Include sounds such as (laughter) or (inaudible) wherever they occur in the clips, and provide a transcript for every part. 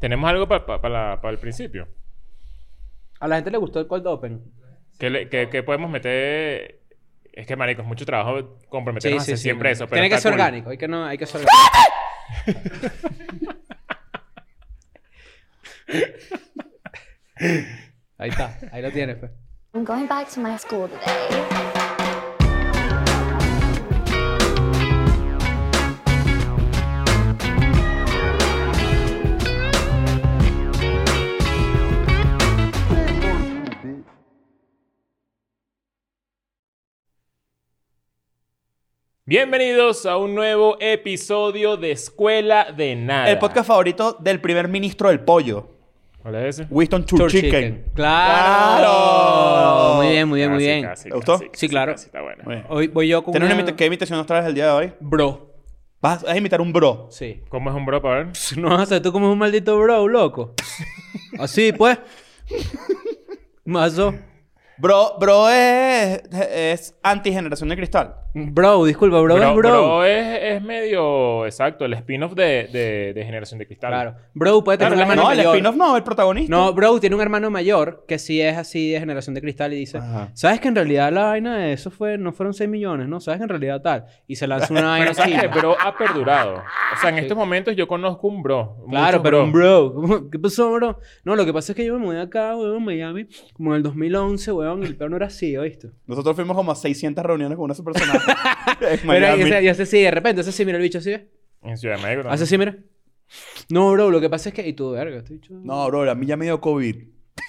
Tenemos algo para el principio. A la gente le gustó el cold open. ¿Qué, le- qué- qué podemos meter? Es que, marico, es mucho trabajo comprometernos a hacer siempre no. eso. Pero Tiene que está ser cool. orgánico. Hay que, no, hay que ser orgánico. (laughs) ahí está. Ahí lo tienes, pues. I'm going back to my school today. Bienvenidos a un nuevo episodio de Escuela de Nada. El podcast favorito del primer ministro del pollo, ¿Cuál es ese? Winston Tour Churchill. ¡Claro! ¡Claro! Muy bien, muy bien, muy Casi, bien. casi, ¿Te gustó? casi, Sí, casi, claro. casi, está bueno. Muy bien. Hoy voy yo con ¿Tienes una... una invita- qué invitación nos traes el día de hoy? Bro. Vas a invitar un bro. Sí. ¿Cómo es un bro para ver? (laughs) No vas a saber tú como es un maldito bro, loco. Así, (laughs) pues. Mazo. Bro, bro es, es antigeneración de cristal. Bro, disculpa, bro, es bro. es, es medio exacto, el spin-off de, de, de Generación de Cristal. Claro. Bro puede tener Claro, la un hermano Hermano No, el mayor. spin-off no, el protagonista. No, Bro tiene un hermano mayor que sí es así de generación de cristal y dice, Ajá. ¿sabes que en realidad la vaina de eso fue, no fueron 6 millones, no? ¿Sabes que en realidad tal? Y se (laughs) lanza una vaina Pero sabes así. que bro ha perdurado. O sea, en estos momentos yo conozco un bro. Claro, muchos pero bro. un bro. ¿cómo? ¿Qué pasó, bro? No, lo que pasa es que yo me mudé acá, weón, a Miami, como en el 2011, weón, y el peor no era así, ¿oíste? Nosotros fuimos como a 600 reuniones con una personaje. en Pero Miami. y ese, y ese sí, de repente, ese sí, mira el bicho así, ¿ves? En Ciudad de México. Hace así, mira. No, bro, lo que pasa es que... Y tú, verga, este bicho... No, bro, a mí ya me dio COVID.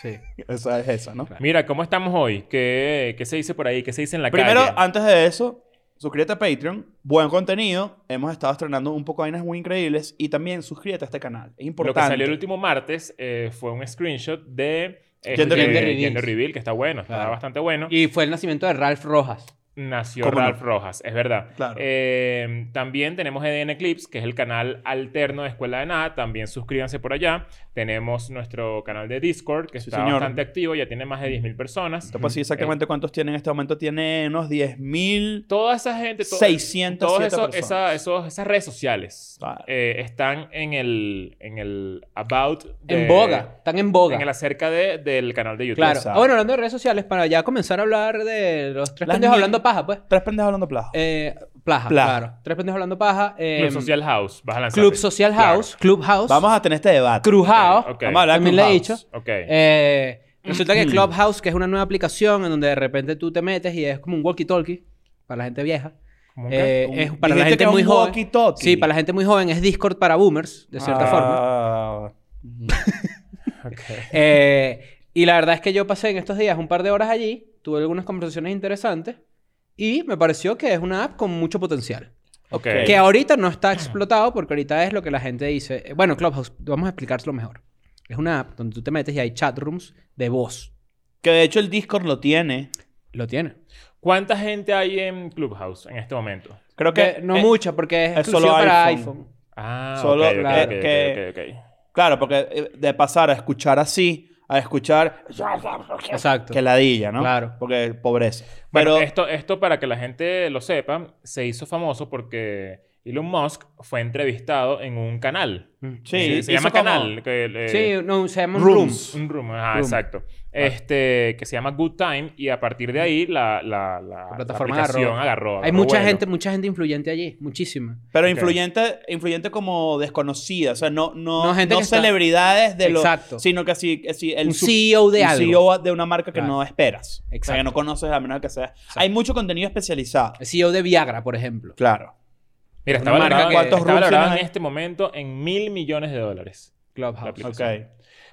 Sí. Esa es esa, ¿no? Mira, ¿cómo estamos hoy? ¿Qué, qué se dice por ahí? ¿Qué se dice en la Primero, calle? antes de eso, suscríbete a Patreon. Buen contenido. Hemos estado estrenando un poco de vainas muy increíbles. Y también suscríbete a este canal. Es Lo importante. que salió el último martes eh, fue un screenshot de... eh, Gender de- Reveal. Gender Reveal, que está bueno, está Claro. bastante bueno. Y fue el nacimiento de Ralph Rojas. Nació ¿Cómo no? Ralph Rojas, es verdad. Claro. Eh, también tenemos EDN Clips, que es el canal alterno de Escuela de Nada. También suscríbanse por allá. Tenemos nuestro canal de Discord, que Sí, está señor. bastante activo, ya tiene más de 10.000 personas. Te puedo Eh. decir exactamente cuántos tienen en este momento. Tiene unos 10.000. Toda esa gente, to- 607 todas eso- personas. esa- esos- esas redes sociales Claro. eh, están en el, en el About. de- En boga. Están en boga. En el acerca de- del canal de YouTube. Claro. Exacto. Ah, bueno, hablando de redes sociales, para ya comenzar a hablar de los tres Las pendejos mil- hablando paja, pues. Tres pendejos hablando plaza. Eh, plaja, Plaja. claro. Tres pendejos hablando paja. eh, Club Social House. Vas a lanzar. Club Social House. Club House. Vamos a tener este debate. Crujao. Ok, ok. Vamos a hablar de También le he Clubhouse. dicho. Ok. Eh, resulta Mm. que Clubhouse, que es una nueva aplicación en donde de repente tú te metes y es como un walkie-talkie para la gente vieja. ¿Cómo que? Eh, Un- es para la dijiste gente que es muy un joven. walkie-talkie. Sí, para la gente muy joven es Discord para boomers, de cierta Ah, forma. Ok. Eh, y la verdad es que yo pasé en estos días un par de horas allí, tuve algunas conversaciones interesantes y me pareció que es una app con mucho potencial. Ok. Ok. Que ahorita no está explotado porque ahorita es lo que la gente dice. eh, Bueno, Clubhouse, vamos a explicárselo mejor. Es una app donde tú te metes y hay chatrooms de voz. Que de hecho el Discord lo tiene. Lo tiene. ¿Cuánta gente hay en Clubhouse en este momento? Creo que. Que no eh, mucha porque es, es exclusivo solo para iPhone. iPhone. Ah, Solo, ok, ok, ok, claro, ok, que- ok, ok. Claro, porque eh, de pasar a escuchar así, a escuchar. Exacto. Que ladilla, ¿no? Claro. Porque pobreza. Bueno, Pero. esto, esto para que la gente lo sepa, se hizo famoso porque Elon Musk fue entrevistado en un canal. Mm. se, Sí, se hizo llama como- canal. que, eh, Sí, no, se llama Rooms. Rooms. Un room, ajá, Room. exacto. Este, que se llama Good Time y a partir de ahí la, la, la, La la plataforma aplicación agarró. agarró. Hay agarró mucha vuelo. gente, mucha gente influyente allí, muchísima. Pero ok. influyente, influyente como desconocida. O sea, no, no, No, no, gente que está- celebridades de los. Exacto. Sino que así. así el Un su- CEO de un algo. CEO de una marca que Claro. no esperas. O sea, Exacto. que no conoces a menos que sea. Hay mucho contenido especializado. El CEO de Viagra, por ejemplo. Claro. Mira, Una está marca valorado, que- está ¿Cuántos rooms valorado en tienes ahí? este momento en mil millones de dólares. La Clubhouse. Ok. aplicación.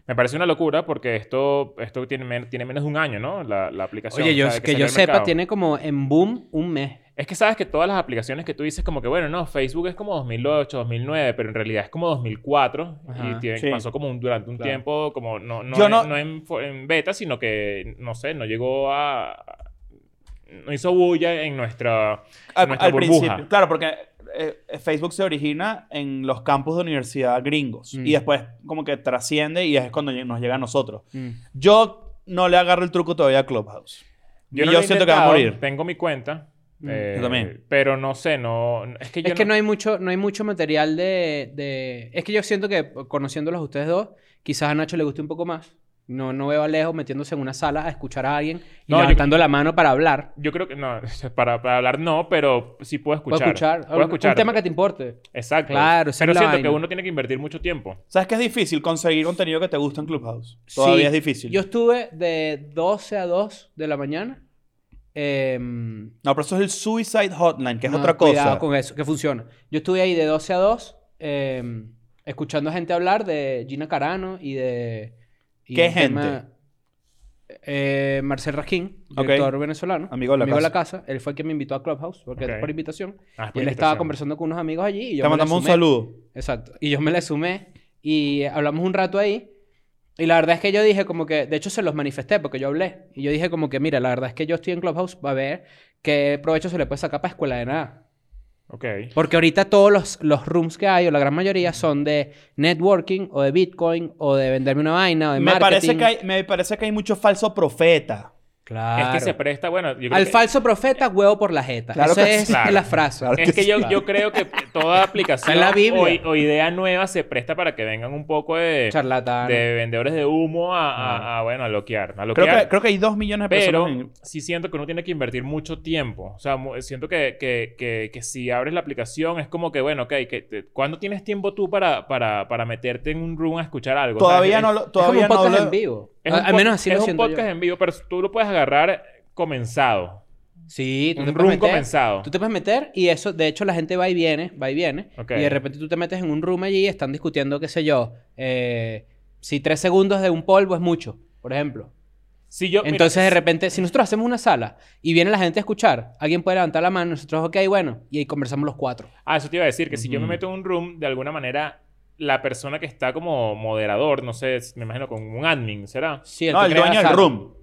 Me parece una locura porque esto, esto tiene, men- tiene menos de un año, ¿no? La, la aplicación. Oye, yo, o sea, que salió yo al sepa, mercado. tiene como en boom un mes. Es que sabes que todas las aplicaciones que tú dices, como que bueno, no, Facebook es como 2008, 2009, pero en realidad es como 2004 Ajá. y tiene- Sí. pasó como un, durante un Claro. tiempo, como no, no, Yo en, no- no en, fo- en beta, sino que, no sé, no llegó a. No hizo bulla en nuestra. Al, nuestra al burbuja. principio. Claro, porque eh, eh, Facebook se origina en los campus de universidad gringos. Mm. Y después, como que trasciende y es cuando lle- nos llega a nosotros. Mm. Yo no le agarro el truco todavía a Clubhouse. Y Yo, no lo he siento que va a intentado, morir. Tengo mi cuenta. Eh, Yo también. Pero no sé, no. Es que yo Es que no hay mucho, no hay mucho material de, de- Es que yo siento que, conociéndolos a ustedes dos, quizás a Nacho le guste un poco más. No, no veo a Alejo metiéndose en una sala a escuchar a alguien y No, yo- levantando la mano para hablar. Yo creo que no, (laughs) para, para hablar no, pero sí puedo escuchar. Puedes escuchar. Puedo Un- escuchar. Un tema que te importe. Exacto. Claro, esa pero es la siento que vaina. uno tiene que invertir mucho tiempo. ¿Sabes que es difícil conseguir contenido que te gusta en Clubhouse? Todavía Sí. es difícil. Yo estuve de 12 a 2 de la mañana. Em, No, pero eso es el Suicide Hotline, que es no, otra Ah, Cuidado cosa. con eso, que funciona. Yo estuve ahí de 12 a 2 em, escuchando a gente hablar de Gina Carano y de... y ¿Qué un tema- gente? eh, Marcel Rasquín, Ok. director venezolano. Amigo de la casa. Él fue el que me invitó a Clubhouse, porque Ok. es por invitación. Ah, es Y por él estaba invitación. conversando con unos amigos allí. Y yo Te me le mandamos un sumé. saludo. Exacto. Y yo me le sumé y hablamos un rato ahí. Y la verdad es que yo dije como que, de hecho se los manifesté porque yo hablé. Y yo dije como que, mira, la verdad es que yo estoy en Clubhouse para ver qué provecho se le puede sacar para escuela de nada. Ok. Porque ahorita todos los, los rooms que hay, o la gran mayoría, son de networking, o de Bitcoin, o de venderme una vaina, o de Me marketing. parece, que hay, me parece que hay mucho falso profeta. Claro. Es que se presta, bueno, yo creo Al que- falso profeta, huevo por la jeta. Claro Esa que es sí. Claro. la frase. Claro. Es que yo, Claro. yo creo que (laughs) toda aplicación Está en la Biblia. o, i- o idea nueva se presta para que vengan un poco de, Charlatán. de vendedores de humo a, a- Ah. a, bueno, a loquear. A Creo loquear. que, creo que hay dos millones de Pero personas. en- sí siento que uno tiene que invertir mucho tiempo. O sea, mu- siento que, que, que, que si abres la aplicación es como que, bueno, ok, que, te- ¿cuándo tienes tiempo tú para, para, para meterte en un room a escuchar algo? O sea, Todavía es- no es- lo. Es como Todavía un podcast no lo- en vivo. es A- un Al po- menos así es lo un siento yo. podcast en vivo, pero tú lo puedes agarrar comenzado. Sí, tú Un te room puedes meter. comenzado. Tú te puedes meter y eso, de hecho, la gente va y viene, va y viene. Ok. Y de repente tú te metes en un room allí y están discutiendo, qué sé yo, eh, si tres segundos de un polvo es mucho, por ejemplo. Si (laughs) yo, mira, Entonces, de repente, si nosotros hacemos una sala y viene la gente a escuchar, alguien puede levantar la mano, nosotros, ok, bueno, y ahí conversamos los cuatro. Ah, eso te iba a decir, que si yo me Ujú. meto en un room, de alguna manera, la persona que está como moderador, no sé, me imagino con un admin, ¿será? Sí, el, No, que el crea la dueño del sala. room.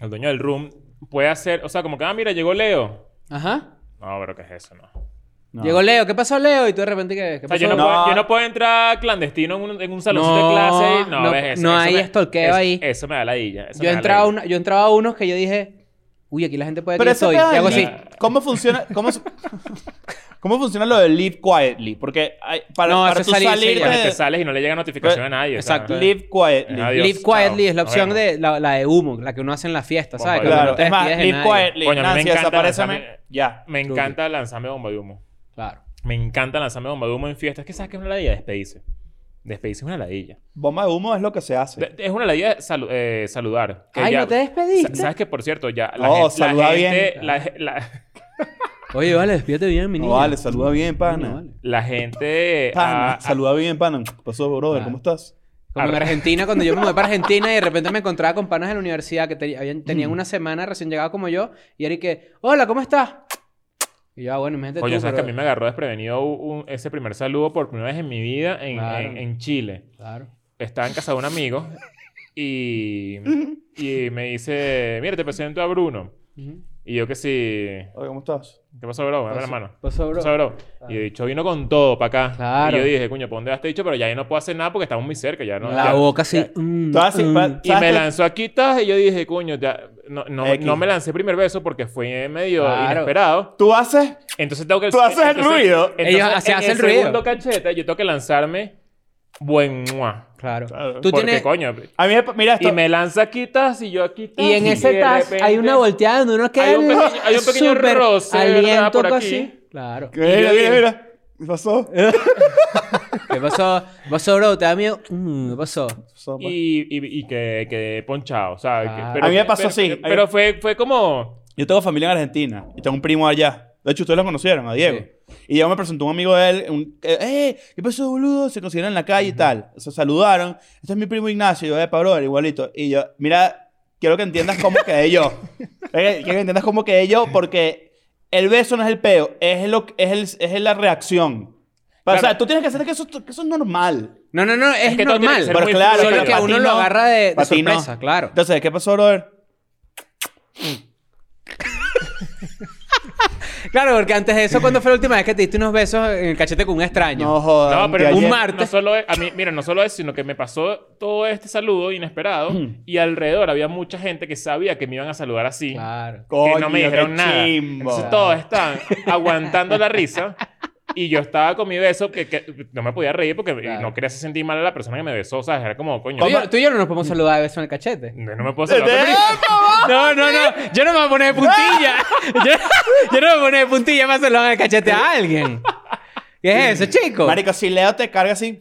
El dueño del room puede hacer, o sea, como que, ah, mira, llegó Leo. Ajá. No, pero ¿qué es eso? No. O No. Llegó Leo, ¿qué pasó, Leo? Y tú de repente, ¿qué, sea, qué pasó? yo no, No. Puedo, yo no puedo entrar clandestino en un, en un saloncito No, de clase. y- No, no, ves eso. no eso hay me- stalkeo eso- ahí. Eso me da la dilla. eso me yo, da entraba a ladilla. una- yo entraba a unos que yo dije, uy, aquí la gente puede Pero que ese soy. Y pedo hago del así. leave- ¿Cómo funciona? Cómo, su- (laughs) ¿Cómo funciona lo de live quietly? Porque hay- para, No, para eso tú es salir- salirte sí, Bueno, ya. te de- sales y no le llega notificación a nadie. o sea, Exacto. live quietly. Adiós, Live quietly chao, es la nos opción vemos. de la, la de humo, la que uno hace en la fiesta, Por ¿sabes? favor. Cuando Claro, no te es más, despides de live nadie. quietly. Coño, a mí me Nancy, encanta desaparéceme. lanzarme- Ya. Me encanta lanzarme bomba de humo. Claro. Me encanta lanzarme bomba de humo en fiestas. que sabes que es una ladilla? Despedirse. Despedirse es una ladilla. Bomba de humo es lo que se hace. De- Es una ladilla salu- eh, saludar. que Ay, ya- ¿no te despediste? Sa- Sabes que, por cierto, ya la, No, gen- la saluda gente, bien. la, ge- la- Oye, vale, despídete bien, mi No, niño. vale, saluda bien, pana. No, vale. la gente (laughs) Pana, ha- ha- saluda bien, pana. ¿Qué pasó, brother? Claro. ¿Cómo estás? Como en Arre. Argentina, cuando yo me (laughs) mudé para Argentina y de repente me encontraba con panas en la universidad que te- habían- Mm. tenían una semana recién llegado como yo y era y que, hola, ¿cómo estás? Y yo, ah, bueno, imagínate Coño, tú, sabes que pero- a mí me agarró desprevenido un- ese primer saludo por primera vez en mi vida en, Claro. en- en Chile. Claro. Estaba en casa de un amigo y, y me dice, mira, te presento a Bruno. Ujú. Y yo que sí, Oye, ¿cómo estás? ¿qué pasó, bro? Dame la Pasó- mano. pasó, ¿Qué Pues bro. pasó, bro? Y el dicho vino con todo para acá. Claro. Y yo dije, coño, ¿por dónde vas este dicho? Pero ya yo no puedo hacer nada porque estamos muy cerca. Ya no, la ya- boca así. ya- mm, Todas así, mm. pa- Y ¿Sabes me qué? lanzó aquí tas y yo dije, coño, ya, no, no, X. no me lancé primer beso porque fue medio Claro. inesperado. ¿Tú haces? Entonces tengo que... Tú haces el entonces- ruido. entonces, Ellos en se hacen el ruido. segundo cachete yo tengo que lanzarme buen mua. Claro. Claro. Tú porque, tienes... coño... A mí me... Mira esto. Y me lanza aquí tas y yo aquí tas. Y en ese de tas hay repente- una volteada donde uno queda Hay un pequeño- hay un pequeño súper roce, ¿verdad? aliento Por aquí. así. (laughs) Claro. Mira, y yo mira, dije- mira. (laughs) ¿Qué pasó? ¿Qué pasó? ¿Qué pasó, bro? ¿Te da miedo? Mm, ¿Qué pasó? Pasó, pues. Y, y, y que quedé ponchado, o sea, que- Claro. pero, A mí me pasó pero- así. Pero, A mí- pero fue, fue como... Yo tengo familia en Argentina y tengo un primo allá. De hecho, ustedes lo conocieron, a Diego. Y Diego me presentó un amigo de él, un, eh, "Eh, ¿qué pasó, boludo? Se consiguieron en la calle y tal. Se saludaron. Este es mi primo Ignacio. Y yo, eh, Pablo, igualito. Y yo, mira, quiero que entiendas cómo (laughs) quedé yo. Eh, Quiero que entiendas cómo quedé yo porque el beso no es el peo, es, lo, que- es, el, es la reacción. Pero, O Claro. sea, tú tienes que hacer que eso, que eso es normal. No, no, no, es, Es que todo tiene normal. que ser Pero muy claro, fluido. Solo pero que para a uno ti lo no. agarra de, de Para ti no. sorpresa, claro. Entonces, ¿qué pasó, brother? Claro, porque antes de eso, ¿cuándo fue la última vez que te diste unos besos en el cachete con un extraño? No jodas. No, pero un un mar- martes. martes. No solo es- a mí, mira, no solo eso, sino que me pasó todo este saludo (clears throat) inesperado y alrededor había mucha gente que sabía que me iban a saludar así. Claro. que no me dijeron nada. Entonces todos estaban aguantando la risa y yo estaba con mi beso que, que no me podía reír porque Claro. no quería hacer sentir mal a la persona que me besó. O sea, era como, coño, Tú y, yo, tú y yo no nos podemos saludar de beso en el cachete. no no me puedo ¿Eh? saludar. No, no, no. Yo no me voy a poner de (laughs) puntilla. Yo, yo no me voy a poner de puntilla para saludar en el cachete a alguien. ¿Qué es eso, chico? Marico, si Leo te carga así.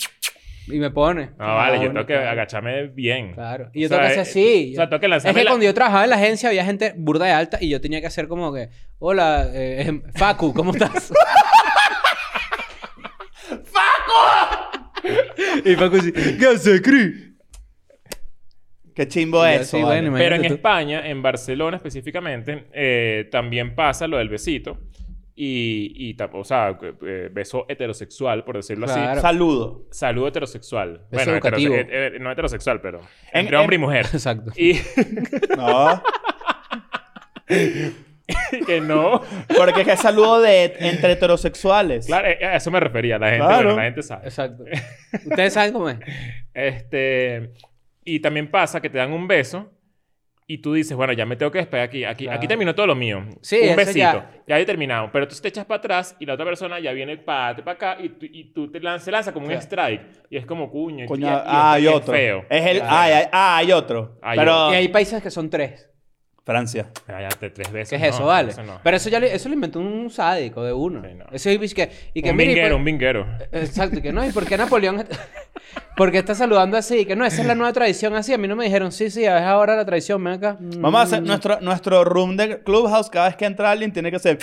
Y me pone. No, vale, yo bueno, tengo que claro. agacharme bien. Claro. Y yo O sea, tengo que hacer eh, así. O sea, tengo que es lanzarme que la- cuando yo trabajaba en la agencia había gente burda de alta y yo tenía que hacer como que, hola, eh, em, Facu, ¿cómo estás? (laughs) ¡Facu! y Facu dice, ¿qué haces, Cris? Qué chimbo Ya, eso. sí, vale. bueno, Pero en Imagínate tú. España, en Barcelona específicamente, eh, también pasa lo del besito. Y, y tam- o sea, que, eh, beso heterosexual, por decirlo así. Claro. Saludo. Saludo heterosexual. bueno, Beso heterose- educativo. eh, eh, no heterosexual, pero En- entre hombre en- y (laughs) mujer. Exacto. Y (laughs) No. que no. (laughs) Porque es que es saludo de entre heterosexuales. Claro, eh, a eso me refería la gente. Claro. bueno, la gente sabe. Exacto. Ustedes saben cómo es. Este, y también pasa que te dan un beso y tú dices, bueno, ya me tengo que despegar aquí. Aquí, Claro. aquí terminó todo lo mío. Sí, un eso besito. ya. Ya. ahí terminamos. Pero tú te echas para atrás y la otra persona ya viene para para acá y tú, y tú te lanzas, se lanza como Claro. un strike. Y es como cuño. y- Coño, y- y- ah, hay y es otro. feo. Es el, Claro. ah, hay, ah, hay otro. Hay Pero. otro. Y hay países que son tres. Francia. Ah, ya, te- tres veces. ¿Qué es no, eso, vale? Eso no. Pero eso ya lo- eso lo inventó un sádico de uno. Sí, no. Eso es que... Y que un mira, y pues, vinguero, por- un vinguero. Exacto, que no, ¿y por qué Napoleón? (laughs) ¿Por qué está saludando así? Que no, esa es la nueva tradición así. A mí no me dijeron, sí, sí, a ver ahora la tradición, ven acá. Mm. Vamos a hacer nuestro, nuestro room de Clubhouse. Cada vez que entra alguien tiene que hacer.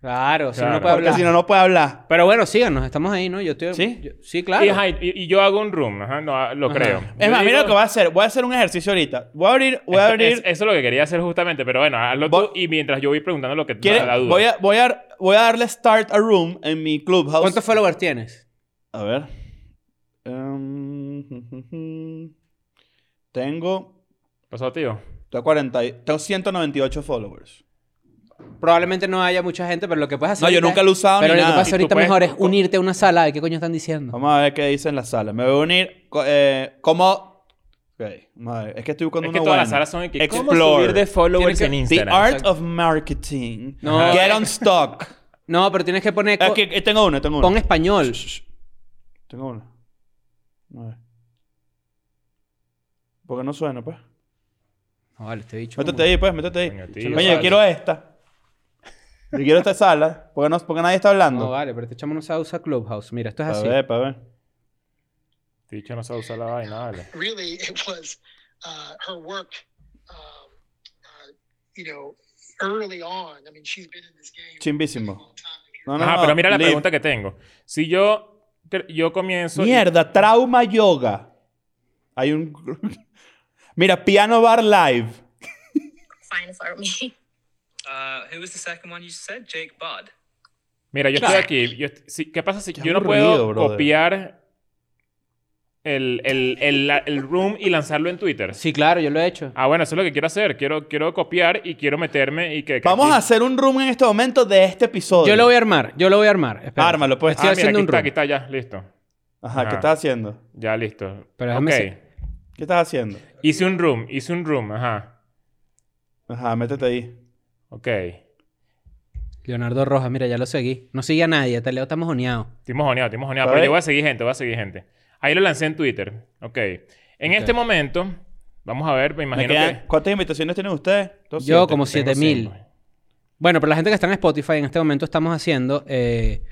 Claro, si no, Claro. no puede Porque hablar. si no, no puede hablar. Pero bueno, síganos, estamos ahí, ¿no? Yo estoy. ¿Sí? yo- sí, claro. Y, ajá, y- y yo hago un room. Ajá, no, lo Ajá. creo. Es Yo más, mira digo- lo que voy a hacer. Voy a hacer un ejercicio ahorita. Voy a abrir. Voy a Esto- abrir. es- eso es lo que quería hacer justamente, pero bueno, hazlo Voy- tú y mientras yo voy preguntando lo que ¿Quiere- la duda. voy, a, voy, a, voy a darle start a room en mi Clubhouse. ¿Cuántos followers tienes? A ver. Em, (laughs) jujujum. tengo, Pasó, tío. tengo, 40, y- tengo 198 followers. Probablemente no haya mucha gente, pero lo que puedes hacer. No, yo ahorita- nunca lo he usado Pero ni lo que nada. puedes hacer Y tú ahorita puedes- mejor es co- unirte a una sala de qué coño están diciendo. Vamos a ver qué dice en la sala. Me voy a unir. co- Eh, ¿Cómo? Ok, vamos a ver. Es que estoy buscando Es que una todas buena. las salas son... que- ¿Cómo Explore. subir de followers Tienes que- en The Instagram? art of marketing. No. Get (laughs) on stock. No, pero tienes que poner. co- Aquí, aquí tengo uno, tengo uno. Pon español. Tengo uno. A ver. ¿Por qué no suena, pues? No, vale, este bicho. Métete como- ahí, pues, métete ahí. Coño, tío. Coño, yo Vale. quiero esta. Yo quiero esta sala. Porque, no, porque nadie está hablando. No, vale, pero este chamo no sabe usar Clubhouse. Mira, esto es Para así. ver, para ver. Dicho no sabe usar la vaina, vale. really (laughs) it was uh, her work um, uh, you know early on i mean she's been in this game a Chimbísimo. long time If you're- No, no, Ajá, no, pero mira la li- pregunta que tengo. Si yo... cre- Yo comienzo... y- Mierda, trauma yoga. Hay un. (laughs) mira, piano bar live. Fine for me. Uh, who was the second one you said? Jake Budd. Mira, yo estoy aquí. yo est- si- ¿Qué pasa si Qué yo no aburrido, puedo brother. copiar el, el, el, la- el room y lanzarlo en Twitter? Sí, claro, yo lo he hecho. Ah, bueno, eso es lo que quiero hacer. Quiero, quiero copiar y quiero meterme y que... que Vamos aquí- a hacer un room en este momento de este episodio. Yo lo voy a armar, yo lo voy a armar. Espérate. Ármalo, pues. Estoy Ah, mira, haciendo aquí un está, room. aquí está ya. Listo. Ajá, ¿qué Ajá. estás haciendo? Ya, listo. Pero ok. déjame se- ¿Qué estás haciendo? Hice un room. Hice un room. Ajá. Ajá, métete ahí. Ok. Leonardo Rojas, mira, ya lo seguí. No sigue a nadie, te leo, estamos oneados. Estoy mojoneado, estoy mojoneado. ¿Sabes? Pero yo voy a seguir gente, voy a seguir gente. Ahí lo lancé en Twitter. Ok. En este momento, vamos a ver, me Me imagino quedan- que. ¿Cuántas invitaciones tienen ustedes? Dos, Yo siete. como Tengo 7000. cinco. Bueno, pero la gente que está en Spotify en este momento estamos haciendo, eh,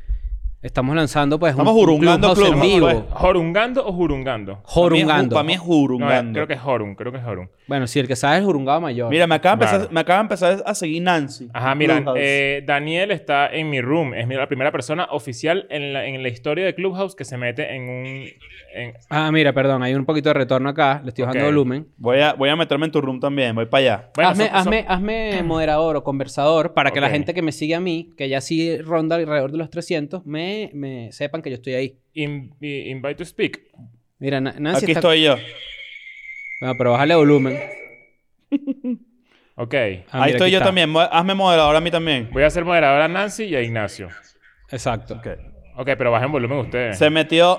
estamos lanzando pues Estamos jurungando Clubhouse en Clubhouse, vivo. pues. ¿Jorungando o jurungando? Jorungando. Para mí es No, jurungando. creo que es Jorung, creo que es Jorung. Bueno, sí, el que sabe es el jurungado mayor. Mira, me acaba, de empezar- Claro. me acaba de empezar a seguir Nancy. Ajá, mira, Clubhouse. eh, Daniel está en mi room. Es mi- la primera persona oficial en la, en la historia de Clubhouse que se mete en un. en- Ah, mira, perdón, hay un poquito de retorno acá, le estoy bajando Ok. volumen. Voy, a, voy a meterme en tu room también. Voy para allá. Bueno, hazme, son- son- hazme, hazme moderador o conversador para que la Ok. gente que me sigue a mí, que ya sí ronda alrededor de los 300, me, me sepan que yo estoy ahí. in- i- invite to speak. Mira, Na- Nancy Ah, Aquí está- estoy yo. Bueno, pero bájale volumen. Ok. Ah, Ahí mira, estoy aquí yo está. también. Mo- Hazme moderador a mí también. Voy a ser moderador a Nancy y a Ignacio. Exacto. Ok, pero bajen volumen ustedes. Se metió.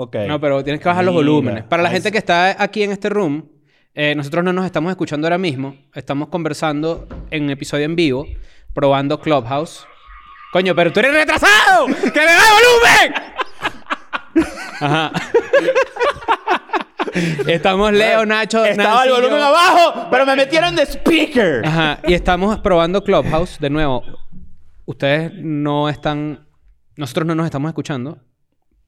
Ok. No, pero tienes que bajar los Mira, volúmenes. Para la ahí gente sí. que está aquí en este room, eh, nosotros no nos estamos escuchando ahora mismo. Estamos conversando en un episodio en vivo, probando Clubhouse. Coño, pero tú eres retrasado. (laughs) ¡Que le da (laughs) volumen! Ajá. (laughs) Estamos Leo, Nacho, Estaba Nancy y el yo. volumen abajo, pero me metieron de speaker. Ajá. Y estamos probando Clubhouse de nuevo. Ustedes no están... Nosotros no nos estamos escuchando.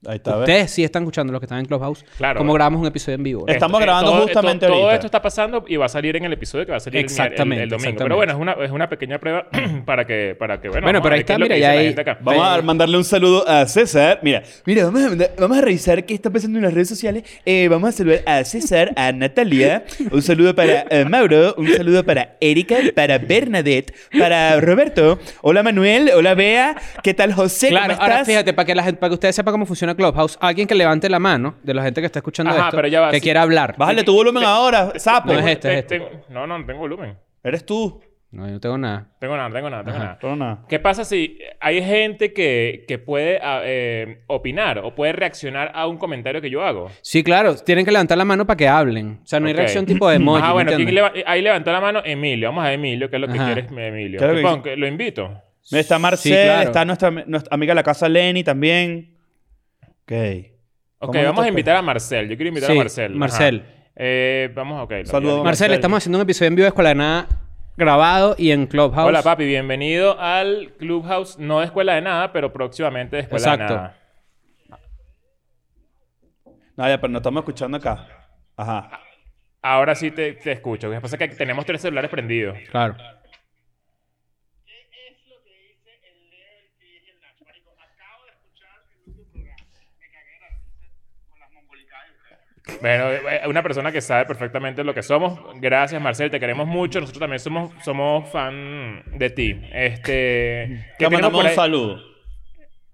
Ahí está, ¿ves? Ustedes sí están escuchando los que están en Clubhouse. Claro. Como grabamos un episodio en vivo. Eh, Estamos Esto- eh, grabando todo- justamente esto- Todo ahorita. esto está pasando y va a salir en el episodio que va a salir el mier- el- Exactamente, el, domingo. exactamente. Pero bueno, es una, es una pequeña prueba (clears throat) para que, para que bueno. Bueno, vamos a pero ahí ver qué está, es lo que mira, dice ya la hay- gente acá. Vamos a mandarle un saludo a César. Mira, mira, vamos a, mandar- vamos a revisar qué está pasando en las redes sociales. Eh, vamos a saludar a César, a Natalia. Un saludo para eh, Mauro. Un saludo para Erika, para Bernadette, para Roberto. Hola Manuel, hola Bea. ¿Qué tal José? Claro, ¿Cómo ahora estás? fíjate, para que, la gente, para que ustedes sepan cómo funciona Clubhouse, alguien que levante la mano de la gente que está escuchando Ajá, esto, pero ya va, que sí. quiera hablar. Bájale tu volumen ahora, sapo. No es este, Te- es este. tengo- no, no, no tengo volumen. Eres tú. No, yo no tengo nada. Tengo nada, tengo nada, tengo Ajá. nada. Tona. ¿Qué pasa si hay gente que, que puede ah, eh, opinar o puede reaccionar a un comentario que yo hago? Sí, claro, tienen que levantar la mano para que hablen. O sea, no hay Ok. (clears throat) reacción tipo de emoji. Ajá, bueno, ¿me ¿quién entiendes? leva- ahí levantó la mano Emilio. Vamos a Emilio, que es lo que Ajá. quieres, Emilio. Claro ¿Qué que- pon- que lo invito. Mira, Está Marcel, Sí, claro. está nuestra, nuestra amiga de la casa Lenny también. Ok. Ok, ¿Cómo no vamos te- a invitar a Marcel. Yo quiero invitar Sí, a Marcel. Ajá. Marcel. Eh, vamos, ok. lo- Saludos, lo- Marcel, Marcel. estamos haciendo un episodio en vivo de Escuela de Nada grabado y en Clubhouse. Hola, papi. Bienvenido al Clubhouse, no de Escuela de Nada, pero próximamente de Escuela Exacto. de Nada. No, ya, pero nos estamos escuchando acá. Ajá. Ahora sí te, te escucho. Lo que pasa es que tenemos tres celulares prendidos. Claro. Bueno, eh, una persona que sabe perfectamente lo que somos. Gracias, Marcel, te queremos mucho. Nosotros también somos, somos fan de ti. Este, ¿qué Te tenemos mandamos por un ahí? saludo.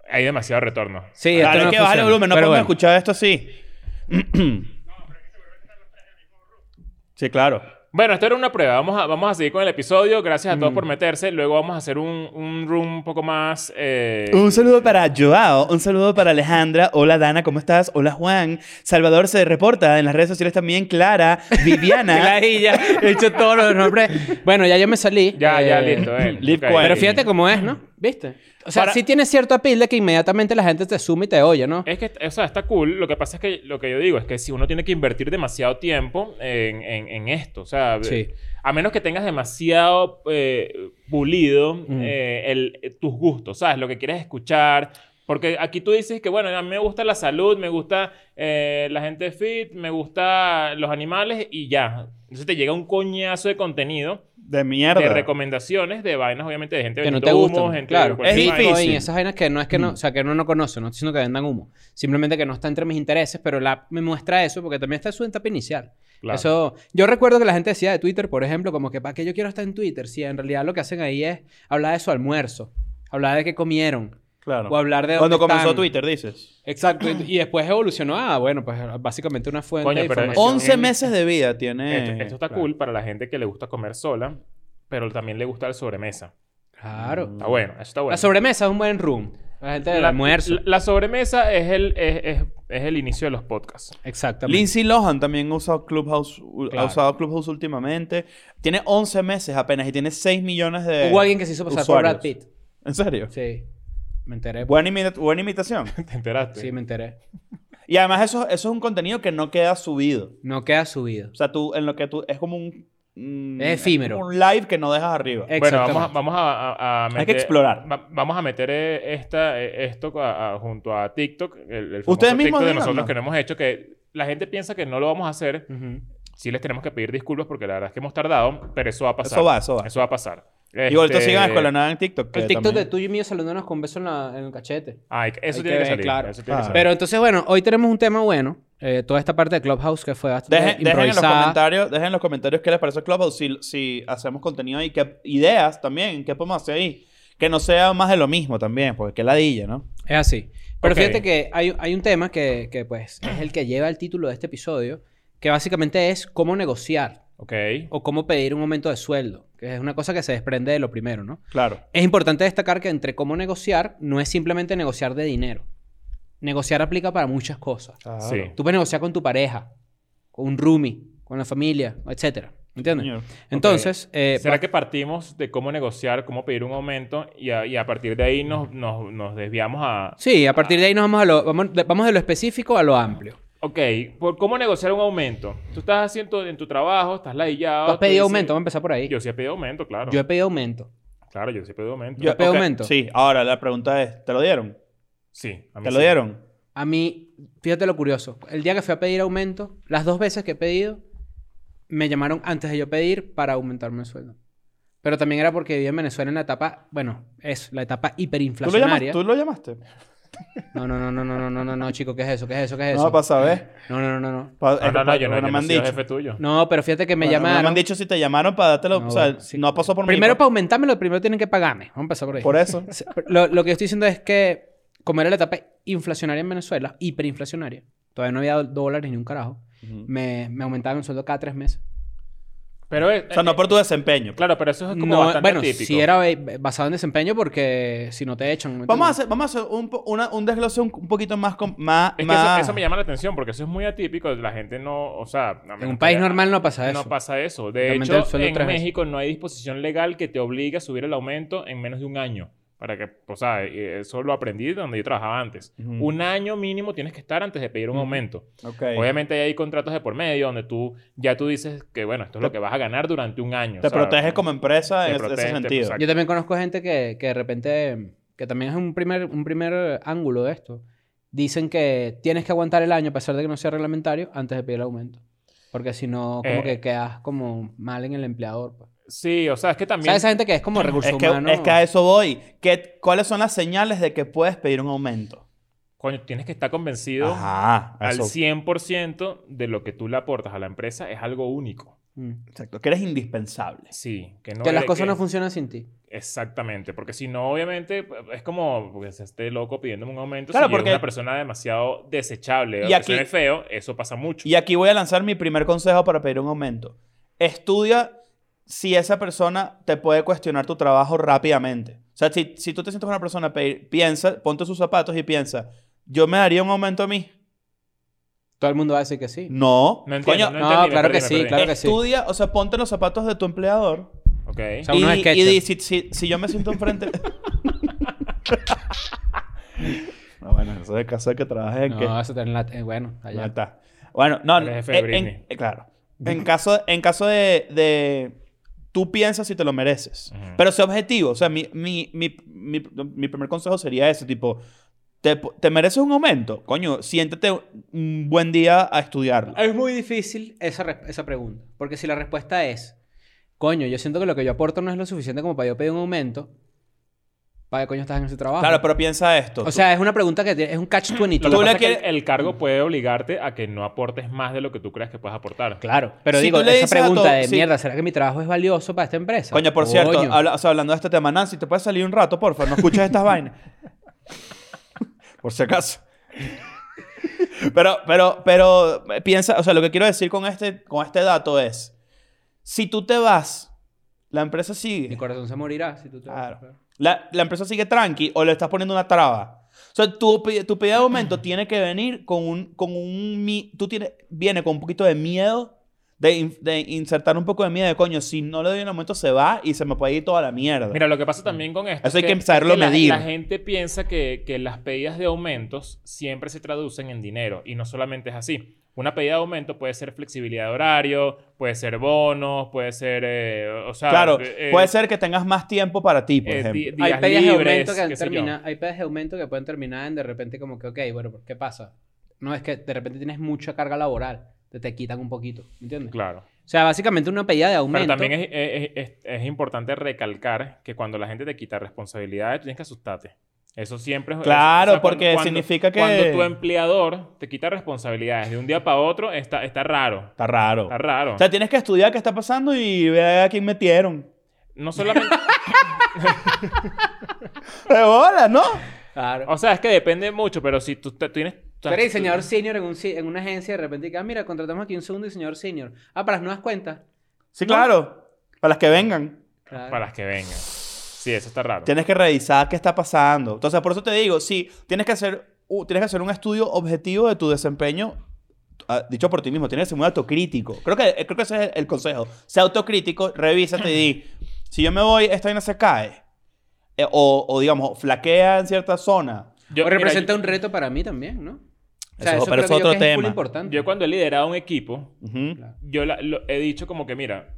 Hay demasiado retorno. Sí, esto Claro, hay no que bajar funciona, el volumen, no pero podemos bueno. escuchar esto así. (clears throat) sí, claro. Bueno, esto era una prueba. Vamos a, vamos a seguir con el episodio. Gracias a todos Mm. por meterse. Luego vamos a hacer un, un room un poco más... eh, Un saludo para Joao, un saludo para Alejandra. Hola Dana, ¿cómo estás? Hola Juan. Salvador se reporta en las redes sociales (laughs) también. Clara, Qué Viviana. (laughs) ladilla. He hecho todos los nombres. Bueno, ya yo me salí. ya, ya, Eh, listo. (laughs) eh. Live Ok. Quail. Pero fíjate cómo es, ¿no? ¿Viste? O sea, Para- sí tiene cierto apil de que inmediatamente la gente te suma y te oye, ¿no? Es que, o sea, está cool. Lo que pasa es que lo que yo digo es que si uno tiene que invertir demasiado tiempo en, en- en esto, o sea, Sí. eh, a menos que tengas demasiado eh, pulido Mm. eh, el- eh, tus gustos, ¿sabes? Lo que quieres escuchar. Porque aquí tú dices que, bueno, a mí me gusta la salud, me gusta eh, la gente fit, me gusta los animales y ya. Entonces te llega un coñazo de contenido, De mierda. de recomendaciones, de vainas, obviamente, de gente que no vendiendo te humos, gustan. gente claro, cualquier Es vaina. difícil. Mm. Bitcoin, esas vainas que no es que no, o sea, que uno no conoce, no estoy diciendo que vendan humo, simplemente que no está entre mis intereses, pero la app me muestra eso porque también está en su etapa inicial. Claro. Eso, yo recuerdo que la gente decía de Twitter, por ejemplo, como que para qué yo quiero estar en Twitter, si en realidad lo que hacen ahí es hablar de su almuerzo, hablar de qué comieron Claro. o hablar de Cuando dónde comenzó están. Twitter, dices. Exacto, y, y después evolucionó, ah, bueno, pues básicamente una fuente Coño, de pero- información. 11 Mm. meses de vida tiene. Esto, esto está claro. cool para la gente que le gusta comer sola, pero también le gusta la sobremesa. Claro. Está bueno, eso está bueno. Mm. La sobremesa es un buen room. La gente del Mm. La- almuerzo. la- la sobremesa es el, es, es- es el inicio de los podcasts. (laughs) Exactamente. Lindsay Lohan también ha usado Clubhouse, u- ha Claro. usado Clubhouse últimamente. Tiene 11 meses apenas y tiene 6 millones de. Hubo alguien que se hizo pasar por usuarios. Brad Pitt. ¿En serio? Sí. Me enteré. pues. Buena, imita- buena imitación. ¿Te enteraste? Sí, me enteré. Y además eso, eso es un contenido que no queda subido. No queda subido. O sea, tú, en lo que tú, es como un... mm, Es efímero. como Un live que no dejas arriba. Eh, bueno, Exactamente. vamos, a- vamos a, a- a meter... Hay que explorar. va- vamos a meter eh, esta, eh, esto a- a- junto a TikTok, el, el famoso Ustedes TikTok mismos de digan, nosotros ¿no? que no hemos hecho, que la gente piensa que no lo vamos a hacer. Ujú. Sí les tenemos que pedir disculpas porque la verdad es que hemos tardado, pero eso va a pasar. Eso va, eso va. Eso va a pasar. Y ahorita Este, sigan a Escuela Nada en TikTok. que El TikTok de también- tuyo y mío saludándonos con beso en, la- en el cachete. Ay, eso tiene Hay que que, ver, salir. claro. eso tiene Ah. que salir. Pero entonces, bueno, hoy tenemos un tema bueno. Eh, toda esta parte de Clubhouse que fue bastante Dejen, dejen en los improvisada. comentarios, dejen en los comentarios qué les parece el Clubhouse, si, si hacemos contenido y qué ideas también, qué podemos hacer ahí. Que no sea más de lo mismo también, porque qué ladilla, ¿no? Es así. Pero Ok. fíjate que hay, hay un tema que, que, pues, es el que lleva el título de este episodio, que básicamente es cómo negociar Ok. o cómo pedir un aumento de sueldo, que es una cosa que se desprende de lo primero, ¿no? Claro. Es importante destacar que entre cómo negociar no es simplemente negociar de dinero. Negociar aplica para muchas cosas. Sí. Tú puedes negociar con tu pareja, con un roomie, con la familia, etcétera. ¿Entiendes? Señor. Entonces, eh, ¿Será va- que partimos de cómo negociar, cómo pedir un aumento y a, y a partir de ahí nos, nos, nos desviamos a... sí, a partir de ahí nos vamos a lo, vamos, de- vamos de lo específico a lo amplio. Ok, ¿por cómo negociar un aumento? Tú estás haciendo en tu trabajo, estás ladillado. ¿Tú has tú pedido dices- aumento? Vamos a empezar por ahí. Yo, Ah, Yo sí he pedido aumento, claro. he pedido aumento. Claro, yo sí he pedido aumento. Yo- pedí ok, aumento. Sí, ahora la pregunta es, ¿te lo dieron? Sí, a mí ¿Te sí. lo dieron? A mí, fíjate lo curioso. El día que fui a pedir aumento, las dos veces que he pedido, me llamaron antes de yo pedir para aumentarme el sueldo. Pero también era porque vivía en Venezuela en la etapa, bueno, es la etapa ¿Tú lo, llamas- hiperinflacionaria. ¿Tú lo llamaste? No, no, no, no, no, no, no, no, no, chico, ¿qué es eso? ¿Qué es eso? ¿Qué es eso? No, para saber. No, no, no, no, no. Pa- No, no, no, yo no, yo bueno, me no han he sido dicho. jefe tuyo. No, pero fíjate que me Bueno, llamaron. Me han dicho si te llamaron para dártelo. No, o sea, bueno, sí. no pasó por mí. Primero para aumentármelo, primero tienen que pagarme. Vamos a empezar por ahí. (laughs) Por eso. Sí, pero Lo, lo que estoy diciendo es que, como era la etapa inflacionaria en Venezuela, hiperinflacionaria, todavía no había dólares ni un carajo, Ujú. me, me aumentaban el sueldo cada tres meses. Pero es- O sea, no por tu desempeño. Eh, Claro, pero eso es Ah, como No, bastante bueno, típico. si era be- basado en desempeño, porque si no te echan. ¿me Vamos a entiendes? hacer, vamos a hacer un, po- una- un desglose un, un poquito más... com- más, Es que eso, más... eso me llama la atención porque eso es muy atípico. La gente no, o sea... a En menos un que país haya- normal no pasa eso. No pasa eso. De Aumenta el hecho, sueldo en tres veces. México no hay disposición legal que te obligue a subir el aumento en menos de un año. Para que, o sea, eh, eso lo aprendí donde yo trabajaba antes. Ujú. Un año mínimo tienes que estar antes de pedir un Ujú. aumento. Ok. Obviamente hay contratos de por medio donde tú ya tú dices que, bueno, esto es lo Te- que vas a ganar durante un año. Te o sea, proteges como empresa te en ese- protege, ese sentido. exacto. Yo también conozco gente que, que de repente, que también es un primer, un primer ángulo de esto. Dicen que tienes que aguantar el año, a pesar de que no sea reglamentario, antes de pedir el aumento. Porque si no, como Eh. que quedas como mal en el empleador. pues. Sí, o sea, es que también... ¿Sabes esa gente que es como recurso Es que, humano? es que a eso voy. ¿Qué, ¿Cuáles son las señales de que puedes pedir un aumento? Coño, tienes que estar convencido Ajá. al eso. 100% de lo que tú le aportas a la empresa es algo único. Mm. Exacto. Que eres indispensable. Sí, que no que las eres- cosas no funcionan sin ti. Exactamente, porque si no, obviamente, es como porque se esté loco pidiéndome un aumento. Claro, si porque porque- es una persona demasiado desechable Y y aquí- aquí... feo, eso pasa mucho. Y aquí voy a lanzar mi primer consejo para pedir un aumento. Estudia si esa persona te puede cuestionar tu trabajo rápidamente. O sea, si, si tú te sientes con una persona, pedir- piensa, ponte sus zapatos y piensa, ¿yo me daría un aumento a mí? Todo el mundo va a decir que sí. No. No entiendo. no, Coño, no, entendí, me claro que perdí, me sí, perdí. claro que sí. estudia, o sea, ponte los zapatos de tu empleador. Ok. O sea, y unos y sketches. di, si, si- si yo me siento (laughs) enfrente... (laughs) no, bueno, eso es el caso de que trabajes en No, que... eso está en la- eh, bueno, Ya allá. está. Bueno, no, Eres no, jefe de en- Britney. en- eh, claro. (laughs) En caso, en caso de, de- Tú piensas si te lo mereces. Ujú. Pero sé objetivo. O sea, mi, mi, mi, mi, mi primer consejo sería ese, tipo... ¿te, te mereces un aumento? Coño, siéntete un buen día a estudiarlo. Es muy difícil esa, re- esa pregunta. Porque si la respuesta es, coño, yo siento que lo que yo aporto no es lo suficiente como para yo pedir un aumento, ¿para qué coño estás en ese trabajo? Claro, pero piensa esto. O tú- sea, es una pregunta que tiene- es un catch Lo 22. que Tú pasa le es que quieres- el, el cargo puede obligarte a que no aportes más de lo que tú creas que puedes aportar. Claro, pero Si digo, tú le esa dices a pregunta todo- de sí. mierda, ¿será que mi trabajo es valioso para esta empresa? Coño, por cierto, Coño. habla- o sea, hablando de este tema, Nancy, ¿te puedes salir un rato, porfa? No escuches estas vainas. (laughs) por si acaso. pero, pero, pero, eh, piensa, o sea, lo que quiero decir con este, con este dato es, si tú te vas, la empresa Mi sigue. corazón se morirá si tú te vas. Claro. La, la empresa sigue tranqui o le estás poniendo una traba. O sea, tu, pi- tu pedido (clears throat) de aumento tiene que venir con un, con un, mi- tú tienes, viene con un poquito de miedo, de, in- de insertar un poco de miedo de coño, si no le doy un aumento se va y se me puede ir toda la mierda. Mira, lo que pasa también con esto. Eso hay es que saberlo es la- medir. La, gente piensa que, que las pedidas de aumentos siempre se traducen en dinero y no solamente es así. Una pedida de aumento puede ser flexibilidad de horario, puede ser bonos, puede ser. eh, o sea, Claro, eh, puede ser que tengas más tiempo para ti, por eh, ejemplo. di- Hay días pedidas, de libres, aumento que qué han sé yo. termina- hay pedidas de aumento que pueden terminar en de repente como que, ok, bueno, ¿por ¿qué pasa? No es que de repente tienes mucha carga laboral, te, te quitan un poquito, ¿me entiendes? Claro. O sea, básicamente una pedida de aumento. Pero también es, es- es- es importante recalcar que cuando la gente te quita responsabilidades, tienes que asustarte. Eso siempre es. o Claro, sea, cuando- porque cuando- significa que- Cuando tu empleador te quita responsabilidades de un día para otro, está, está raro. Está raro. Está raro. O sea, tienes que estudiar qué está pasando y ver a quién metieron. (laughs) No solamente. ¡De bola, no! Claro. (laughs) o sea, es que depende mucho, pero si tú te- tienes. Tú eres diseñador senior en, un si- en una agencia de repente digas, mira, contratamos aquí un segundo diseñador senior. Ah, para las nuevas cuentas. Sí, claro. Para las que vengan. Claro. Para las que vengan. Sí, eso está raro. Tienes que revisar qué está pasando. Entonces, por eso te digo, sí, tienes que hacer, u- tienes que hacer un estudio objetivo de tu desempeño, ah, dicho por ti mismo, tienes que ser muy autocrítico. Creo que, eh, creo que ese es el, el consejo. Sea autocrítico, revísate y di, si yo me voy, esta vaina se cae. Eh, o, o, digamos, flaquea en cierta zona. Yo, o mira, representa yo- un reto para mí también, ¿no? Eso- pero creo es que yo otro que full tema. importante. yo cuando he liderado un equipo, Ujú. Claro. yo la- lo- he dicho como que, mira,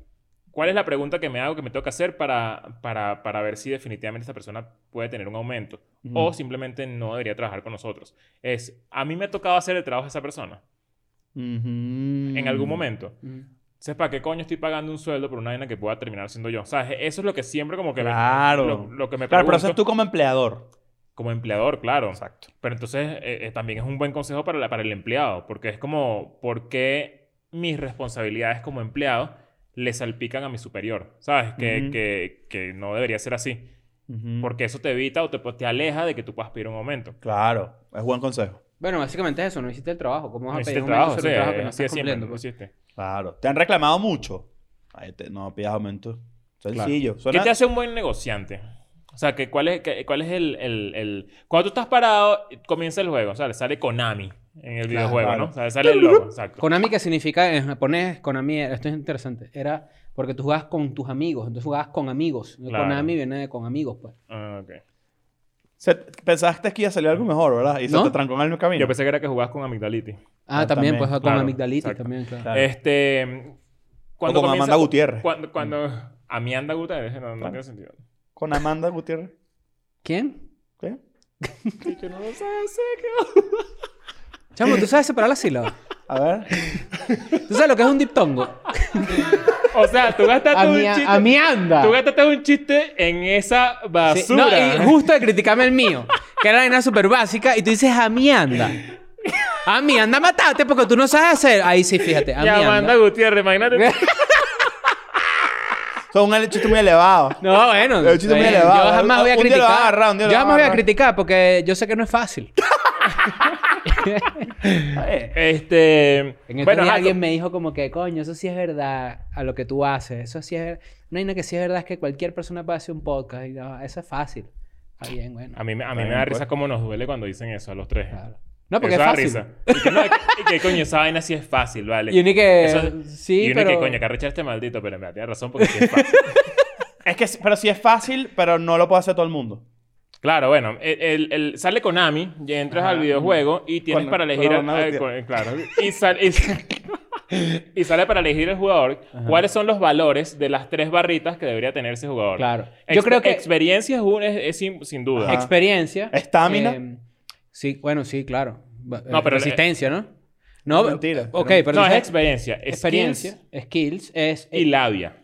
¿cuál es la pregunta que me hago, que me tengo que hacer para, para, para ver si definitivamente esta persona puede tener un aumento? Ujú. O simplemente no debería trabajar con nosotros. Es, a mí me ha tocado hacer el trabajo de esa persona Ujú. en algún momento. Mm. ¿Sabes para qué coño estoy pagando un sueldo por una vaina que pueda terminar siendo yo? ¿Sabes? Eso es lo que siempre como que... me- Claro. Lo, lo que me pregunto Claro, pero eso es tú como empleador. como empleador, claro. Exacto. Pero entonces eh, eh, también es un buen consejo para, la- para el empleado, porque es como, ¿por qué mis responsabilidades como empleado le salpican a mi superior? ¿Sabes? Que, Ujú. que, que no debería ser así. Ujú. Porque eso te evita o te, pues, te aleja de que tú puedas pedir un aumento. Claro, es buen consejo. Bueno, básicamente es eso, no hiciste el trabajo. ¿Cómo vas No a hiciste pedir el un trabajo, trabajo, sobre sí, eh, un trabajo que no así es estás siempre, cumpliendo? no pues? hiciste. Claro. ¿Te han reclamado mucho? Ay, te- no, pidas aumento. Sencillo. ¿Qué Suena- te hace un buen negociante? O sea, que ¿cuál es, que- cuál es el, el- el- Cuando tú estás parado, comienza el juego. O sea, le sale Konami en el videojuego, claro. ¿no? O sea, sale el logo. Exacto. Konami, que significa en japonés, Konami, esto es interesante, era porque tú jugabas con tus amigos, entonces jugabas con amigos. Claro. Konami viene de con amigos, pues. Ah, ok. Se- pensaste que iba a salir algo mejor, ¿verdad? Y se ¿No? te trancó en el camino. Yo pensé que era que jugabas con amigdalitis. Ah, también, Ah, también, pues con claro, amigdalitis exacto. también, claro. Claro. Este. o con Amanda Gutiérrez. Mm. Cuando, cuando. Amianda Gutiérrez, no, no Claro. tiene sentido. Con Amanda Gutiérrez. ¿Quién? ¿Qué? Yo no lo sé, sé Chamo, ¿tú sabes separar las sílabas? A ver. ¿Tú sabes lo que es un diptongo? que- O sea, tú gastaste un chiste. A mi anda. Tú gastaste un chiste en esa Sí, No, basura. (laughs) y justo de criticarme el mío, que era una vaina súper básica, y tú dices, a mi anda. A mi anda, matate porque tú no sabes hacer. Ahí sí, fíjate, a y mi Amanda anda. Gutiérrez, (laughs) imagínate. Son un chiste muy elevado. No, bueno. El chiste muy bueno, elevado. Yo jamás voy a Un día lo criticar. vas a agarrar, un día lo yo vas a jamás voy a agarrar. criticar porque yo sé que no es fácil. Eh, Este. En estos bueno, días ajá, alguien me dijo como que, coño, eso sí es verdad a lo que tú haces. Eso sí es verdad. No hay nada que sí es verdad es que cualquier persona puede hacer un podcast. Y no, eso es fácil. Está bien, bueno. a mí, me- a mí Está me bien, da pues. risa cómo nos duele cuando dicen eso a los tres. Claro. No, porque Eso es da fácil. Y que, no, y que coño, esa vaina sí es fácil, ¿vale? Y uno y que... Eso- sí, y uno pero... que coño, que arrecha este maldito, pero me tiene razón porque sí es fácil. Es que, pero sí es fácil, pero no lo puede hacer todo el mundo. Claro, bueno, el, el- el- sale Konami y entras al videojuego y tienes Con- para con elegir. al- Ronaldo al- Tía. con- claro. Y, sal- (laughs) y- y sale para elegir el jugador cuáles son los valores de las tres barritas que debería tener ese jugador. Claro. Ex- Yo creo que... Ah. Experiencia es, un- es- es sin, sin duda. Ajá. Ex- Experiencia. Estamina. eh, sí, bueno, sí, claro. No, No, pero- pero... Resistencia, ¿no? No, Mentira. Ok, Pero- pero... no, es entonces, experiencia. experiencia. Experiencia. Skills, es... eh, Y labia.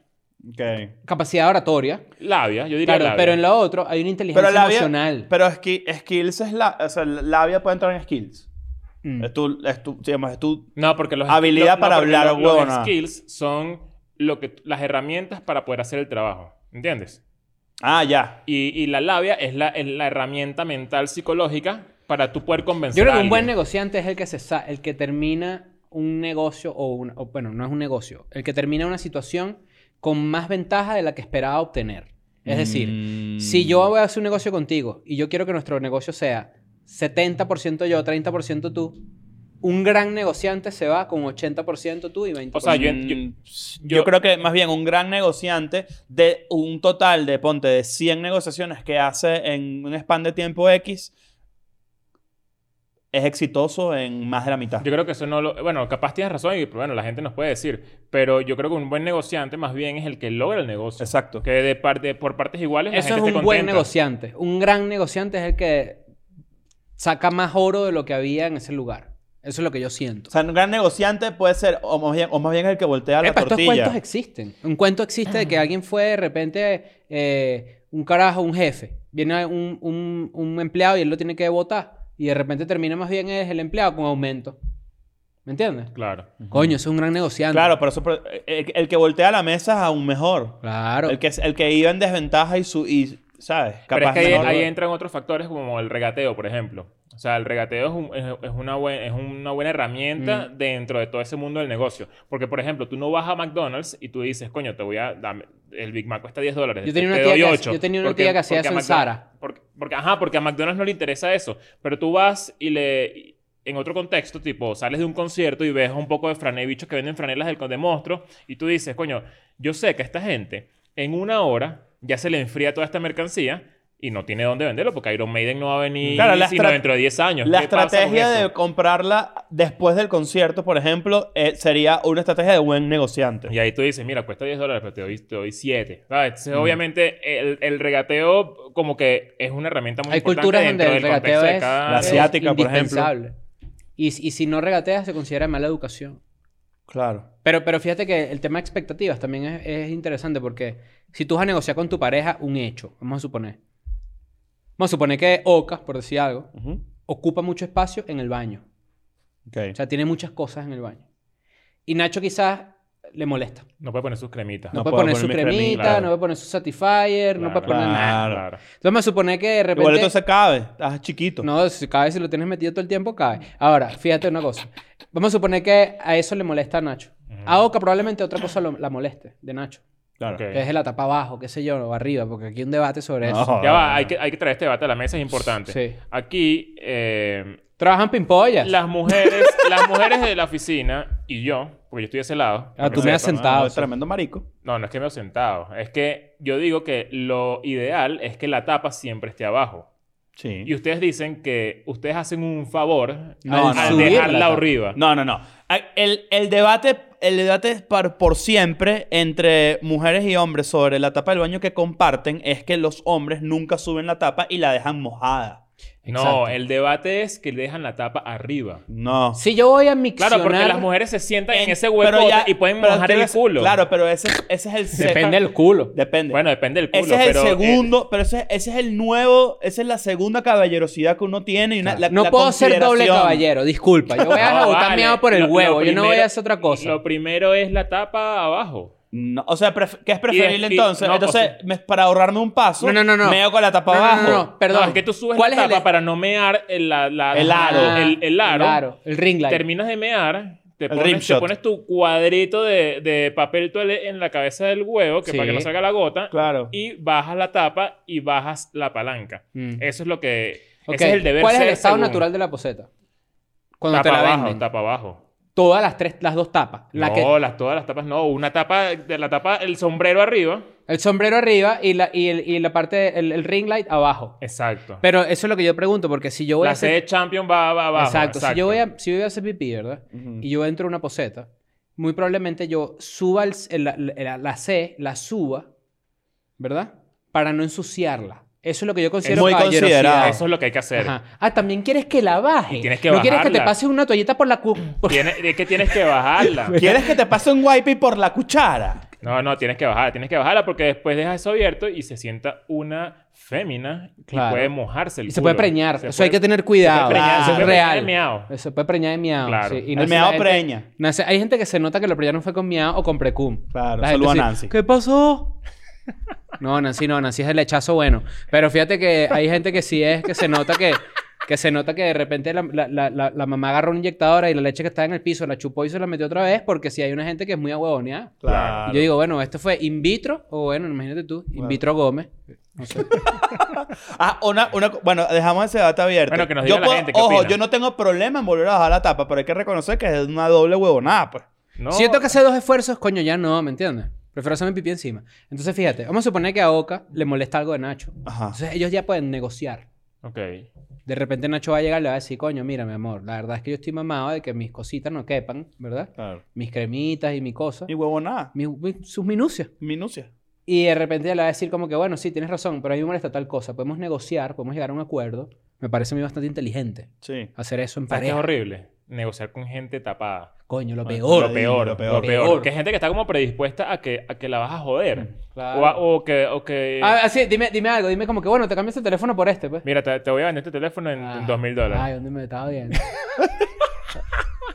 Ok. Capacidad oratoria. Labia, yo diría Claro, labia. pero en lo otro hay una inteligencia Pero labia- emocional. Pero esqui- skills es la. O sea, labia puede entrar en skills. Mm. Es tu. Es tu, digamos, es tu No, porque los Habilidad para porque hablar, los- los huevona. skills son lo que, las herramientas para poder hacer el trabajo. ¿Entiendes? ah, ya. Y, y la labia es la, es la herramienta mental psicológica para tú poder convencer Yo creo a que un buen alguien. negociante es el que se sa- el que termina un negocio o, un- o, bueno, no es un negocio, el que termina una situación con más ventaja de la que esperaba obtener. Es decir, Mm. Mm. si yo voy a hacer un negocio contigo y yo quiero que nuestro negocio sea 70% yo, 30% tú, un gran negociante se va con 80% tú y 20%. O sea, yo, Mm, yo- yo, yo- creo que más bien un gran negociante de un total de, ponte, de 100 negociaciones que hace en un span de tiempo X, es exitoso en más de la mitad. yo creo que eso no lo... Bueno, capaz tienes razón y bueno, la gente nos puede decir. Pero yo creo que un buen negociante más bien es el que logra el negocio. Exacto. Que de parte, por partes iguales la Eso es gente un esté buen contenta. negociante. Un gran negociante es el que saca más oro de lo que había en ese lugar. Eso es lo que yo siento. O sea, un gran negociante puede ser, o más bien, o más bien el que voltea la Epa, estos tortilla. cuentos existen. Un cuento existe de que alguien fue de repente eh, un carajo, un jefe. Viene un, un- un empleado y él lo tiene que votar. Y de repente termina más bien es el empleado con aumento. ¿Me entiendes? Claro. Coño, eso es un gran negociante. Claro, pero eso- pero eh, el, el que voltea la mesa es aún mejor. Claro. El, que, el que iba en desventaja y, su, y ¿sabes? pero es que ahí, menor. ahí entran otros factores como el regateo, por ejemplo. O sea, el regateo es, un- es- es una, buen- es una buena herramienta Mm. dentro de todo ese mundo del negocio. Porque, por ejemplo, tú no vas a McDonald's y tú dices, coño, te voy a... dame- el Big Mac cuesta 10 dólares. Yo tenía te- una te tía doy que ocho". hacía- yo tenía una Porque- tía que hacía porque a eso en McDonald's- Zara. Porque, porque- ajá, porque a McDonald's no le interesa eso. Pero tú vas y le... En otro contexto, tipo, sales de un concierto y ves un poco de frané bichos que venden franelas del de monstruos y tú dices, coño, yo sé que a esta gente en una hora ya se le enfría toda esta mercancía y no tiene dónde venderlo porque Iron Maiden no va a venir Claro, la sino estra- dentro de 10 años. La ¿Qué pasa con estrategia eso? de comprarla después del concierto, por ejemplo, eh, sería una estrategia de buen negociante. Y ahí tú dices, mira, cuesta 10 dólares, pero te doy, te doy 7. ¿sabes? Entonces, Mm. Obviamente, el, el regateo como que es una herramienta muy Hay importante culturas donde dentro el del contexto regateo de es, cada- La asiática, por ejemplo. indispensable. Y, y si no regateas, se considera mala educación. Claro. Pero, pero fíjate que el tema de expectativas también es, es interesante porque si tú vas a negociar con tu pareja un hecho, vamos a suponer. Vamos a suponer que Oca, por decir algo, Ujú. ocupa mucho espacio en el baño. Ok. O sea, tiene muchas cosas en el baño. Y Nacho quizás le molesta. No puede poner sus cremitas. No, No puede puedo poner su poner mi cremita, cremita, claro. no puede poner su satisfier, no Claro, puede poner nada. Claro. claro. Entonces vamos a suponer que de repente... Igual esto se cabe. Estás chiquito. No, si cabe, si lo tienes metido todo el tiempo, cabe. Ahora, fíjate una cosa. Vamos a suponer que a eso le molesta a Nacho. A Oka probablemente otra cosa lo- la moleste de Nacho. Claro. Ok. Que es la tapa abajo, qué sé yo, o arriba, porque aquí hay un debate sobre No, eso. Ya no, va, no. hay que, hay que traer este debate a la mesa, es importante. Sí. Aquí, eh, Trabajan pimpollas. las mujeres, las mujeres de la oficina y yo, porque yo estoy de ese lado. Ah, tú no me sé, has sentado. Ah, Tremendo marico. No, no es que me he sentado. Es que yo digo que lo ideal es que la tapa siempre esté abajo. Sí. Y ustedes dicen que ustedes hacen un favor No, al no. Subir la dejarla tapa. arriba. No, no, no. Ah, El, el debate, el debate es par- por siempre entre mujeres y hombres sobre la tapa del baño que comparten es que los hombres nunca suben la tapa y la dejan mojada. No, eh. Exacto. el debate es que dejan la tapa arriba. No. Si yo voy a miccionar... Claro, porque las mujeres se sientan en, ese hueco Pero ya- y pueden pero mojar el tienes- culo. Claro, pero ese, ese es el sec- Depende del culo. Depende. Bueno, depende del culo. ese es el pero, eh, segundo, pero ese, ese es el nuevo, esa es la segunda caballerosidad que uno tiene. Y una- la- no la puedo ser doble consideración. caballero, disculpa. Yo voy a No, botar vale. miado por el Lo- lo huevo, yo no voy primero- a hacer otra cosa. Lo primero es la tapa abajo. No, o sea, pref- ¿qué es preferible Y- y- entonces? no, o entonces, sea- me- para ahorrarme un paso, No, no, no, no. meo con la tapa No, no, abajo. no, no, Perdón. No, es que tú subes ¿Cuál la es el- e- tapa para no mear el, la- la- El aro. el- el, aro. Ah, El aro, el ring light. Terminas de mear, te El rim pones, te shot. pones tu cuadrito de, de papel toalé en la cabeza del huevo que Sí. para que no salga la gota. Claro. Y bajas la tapa y bajas la palanca. Mm. Eso es lo que. Ok, Ese es el deber ¿Cuál es ser el estado según- natural de la poseta? Cuando Tapa te la abajo, venden. tapa abajo. Todas las tres, las dos tapas. La no, que, las, todas las tapas no. Una tapa, de la tapa, el sombrero arriba. el sombrero arriba y la, y el- y la parte, el, el ring light abajo. Exacto. Pero eso es lo que yo pregunto, porque si yo voy a la C hacer... de Champion va, va abajo. exacto, Si, yo voy a, si yo voy a hacer pipí, ¿verdad? Y yo entro a una poseta, muy probablemente yo suba el- el- el- la, la C, la suba, ¿verdad? Para no ensuciarla. Eso es lo que yo considero muy caballerosidad. considerado. Eso es lo que hay que hacer. Ajá. Ah, también quieres que la baje. Y tienes que no quieres que te bajarla. pase una toallita por la... cu- por- Tienes- es que tienes que (laughs) bajarla. ¿Quieres que te pase un wipe por la cuchara? No, no, tienes que bajarla. Tienes que bajarla porque después dejas eso abierto y se sienta una fémina Claro. y puede mojarse el Y se puede culo. preñar. Se Eso puede- hay que tener cuidado. se puede preñar, Eso se es puede preñar de real. miau. Se puede preñar de miau. Claro. sí. Y El sé, la meao gente- preña. no sé, hay gente que se nota que la preñaron fue con miau o con precum. Claro, La gente saluda a así, Nancy. ¿Qué pasó? No, Nancy no. Nancy es el lechazo bueno. Pero fíjate que hay gente que sí es que se nota que... Que se nota que de repente la, la- la- la- la mamá agarró una inyectadora y la leche que estaba en el piso la chupó y se la metió otra vez porque si hay una gente que es muy ahuevoneada. Claro. Y yo digo, bueno, esto fue in vitro o bueno, imagínate tú, in vitro Gómez. Ah, una, una, co- bueno, dejamos ese debate abierto. Bueno, que nos diga Yo la gente, ¿qué Ojo, opina? yo no tengo problema en volver a bajar la tapa, pero hay que reconocer que es una doble huevonada, pues. No. Si yo tengo que hacer dos esfuerzos, coño, ya no, ¿me entiendes? Prefiero hacerme pipí encima. Entonces, fíjate, vamos a suponer que a Oka le molesta algo de Nacho. Ajá. Entonces, ellos ya pueden negociar. Ok. De repente Nacho va a llegar y le va a decir, coño, mira, mi amor, la verdad es que yo estoy mamado de que mis cositas no quepan, ¿verdad? Claro. Mis cremitas y mi cosa, Y huevonada. mis- mis- sus minucias. Minucia. Y de repente le va a decir como que, bueno, sí, tienes razón, pero a mí me molesta tal cosa. Podemos negociar, podemos llegar a un acuerdo. Me parece a mí bastante inteligente Sí. hacer eso en ¿Sabes Ah, qué es pareja. horrible? Negociar con gente tapada. Coño, lo Bueno, peor. Lo peor, lo Lo peor. peor. Peor. Mm, Que hay gente que está como predispuesta a que, a que la vas a joder. Claro. O, a- o que... o que- Ah, ah, sí, dime, dime algo, dime como que, bueno, te cambias el teléfono por este, pues. Mira, te, te voy a vender este teléfono en Ah, dos mil dólares. Ay, ¿dónde me estaba viendo? (laughs)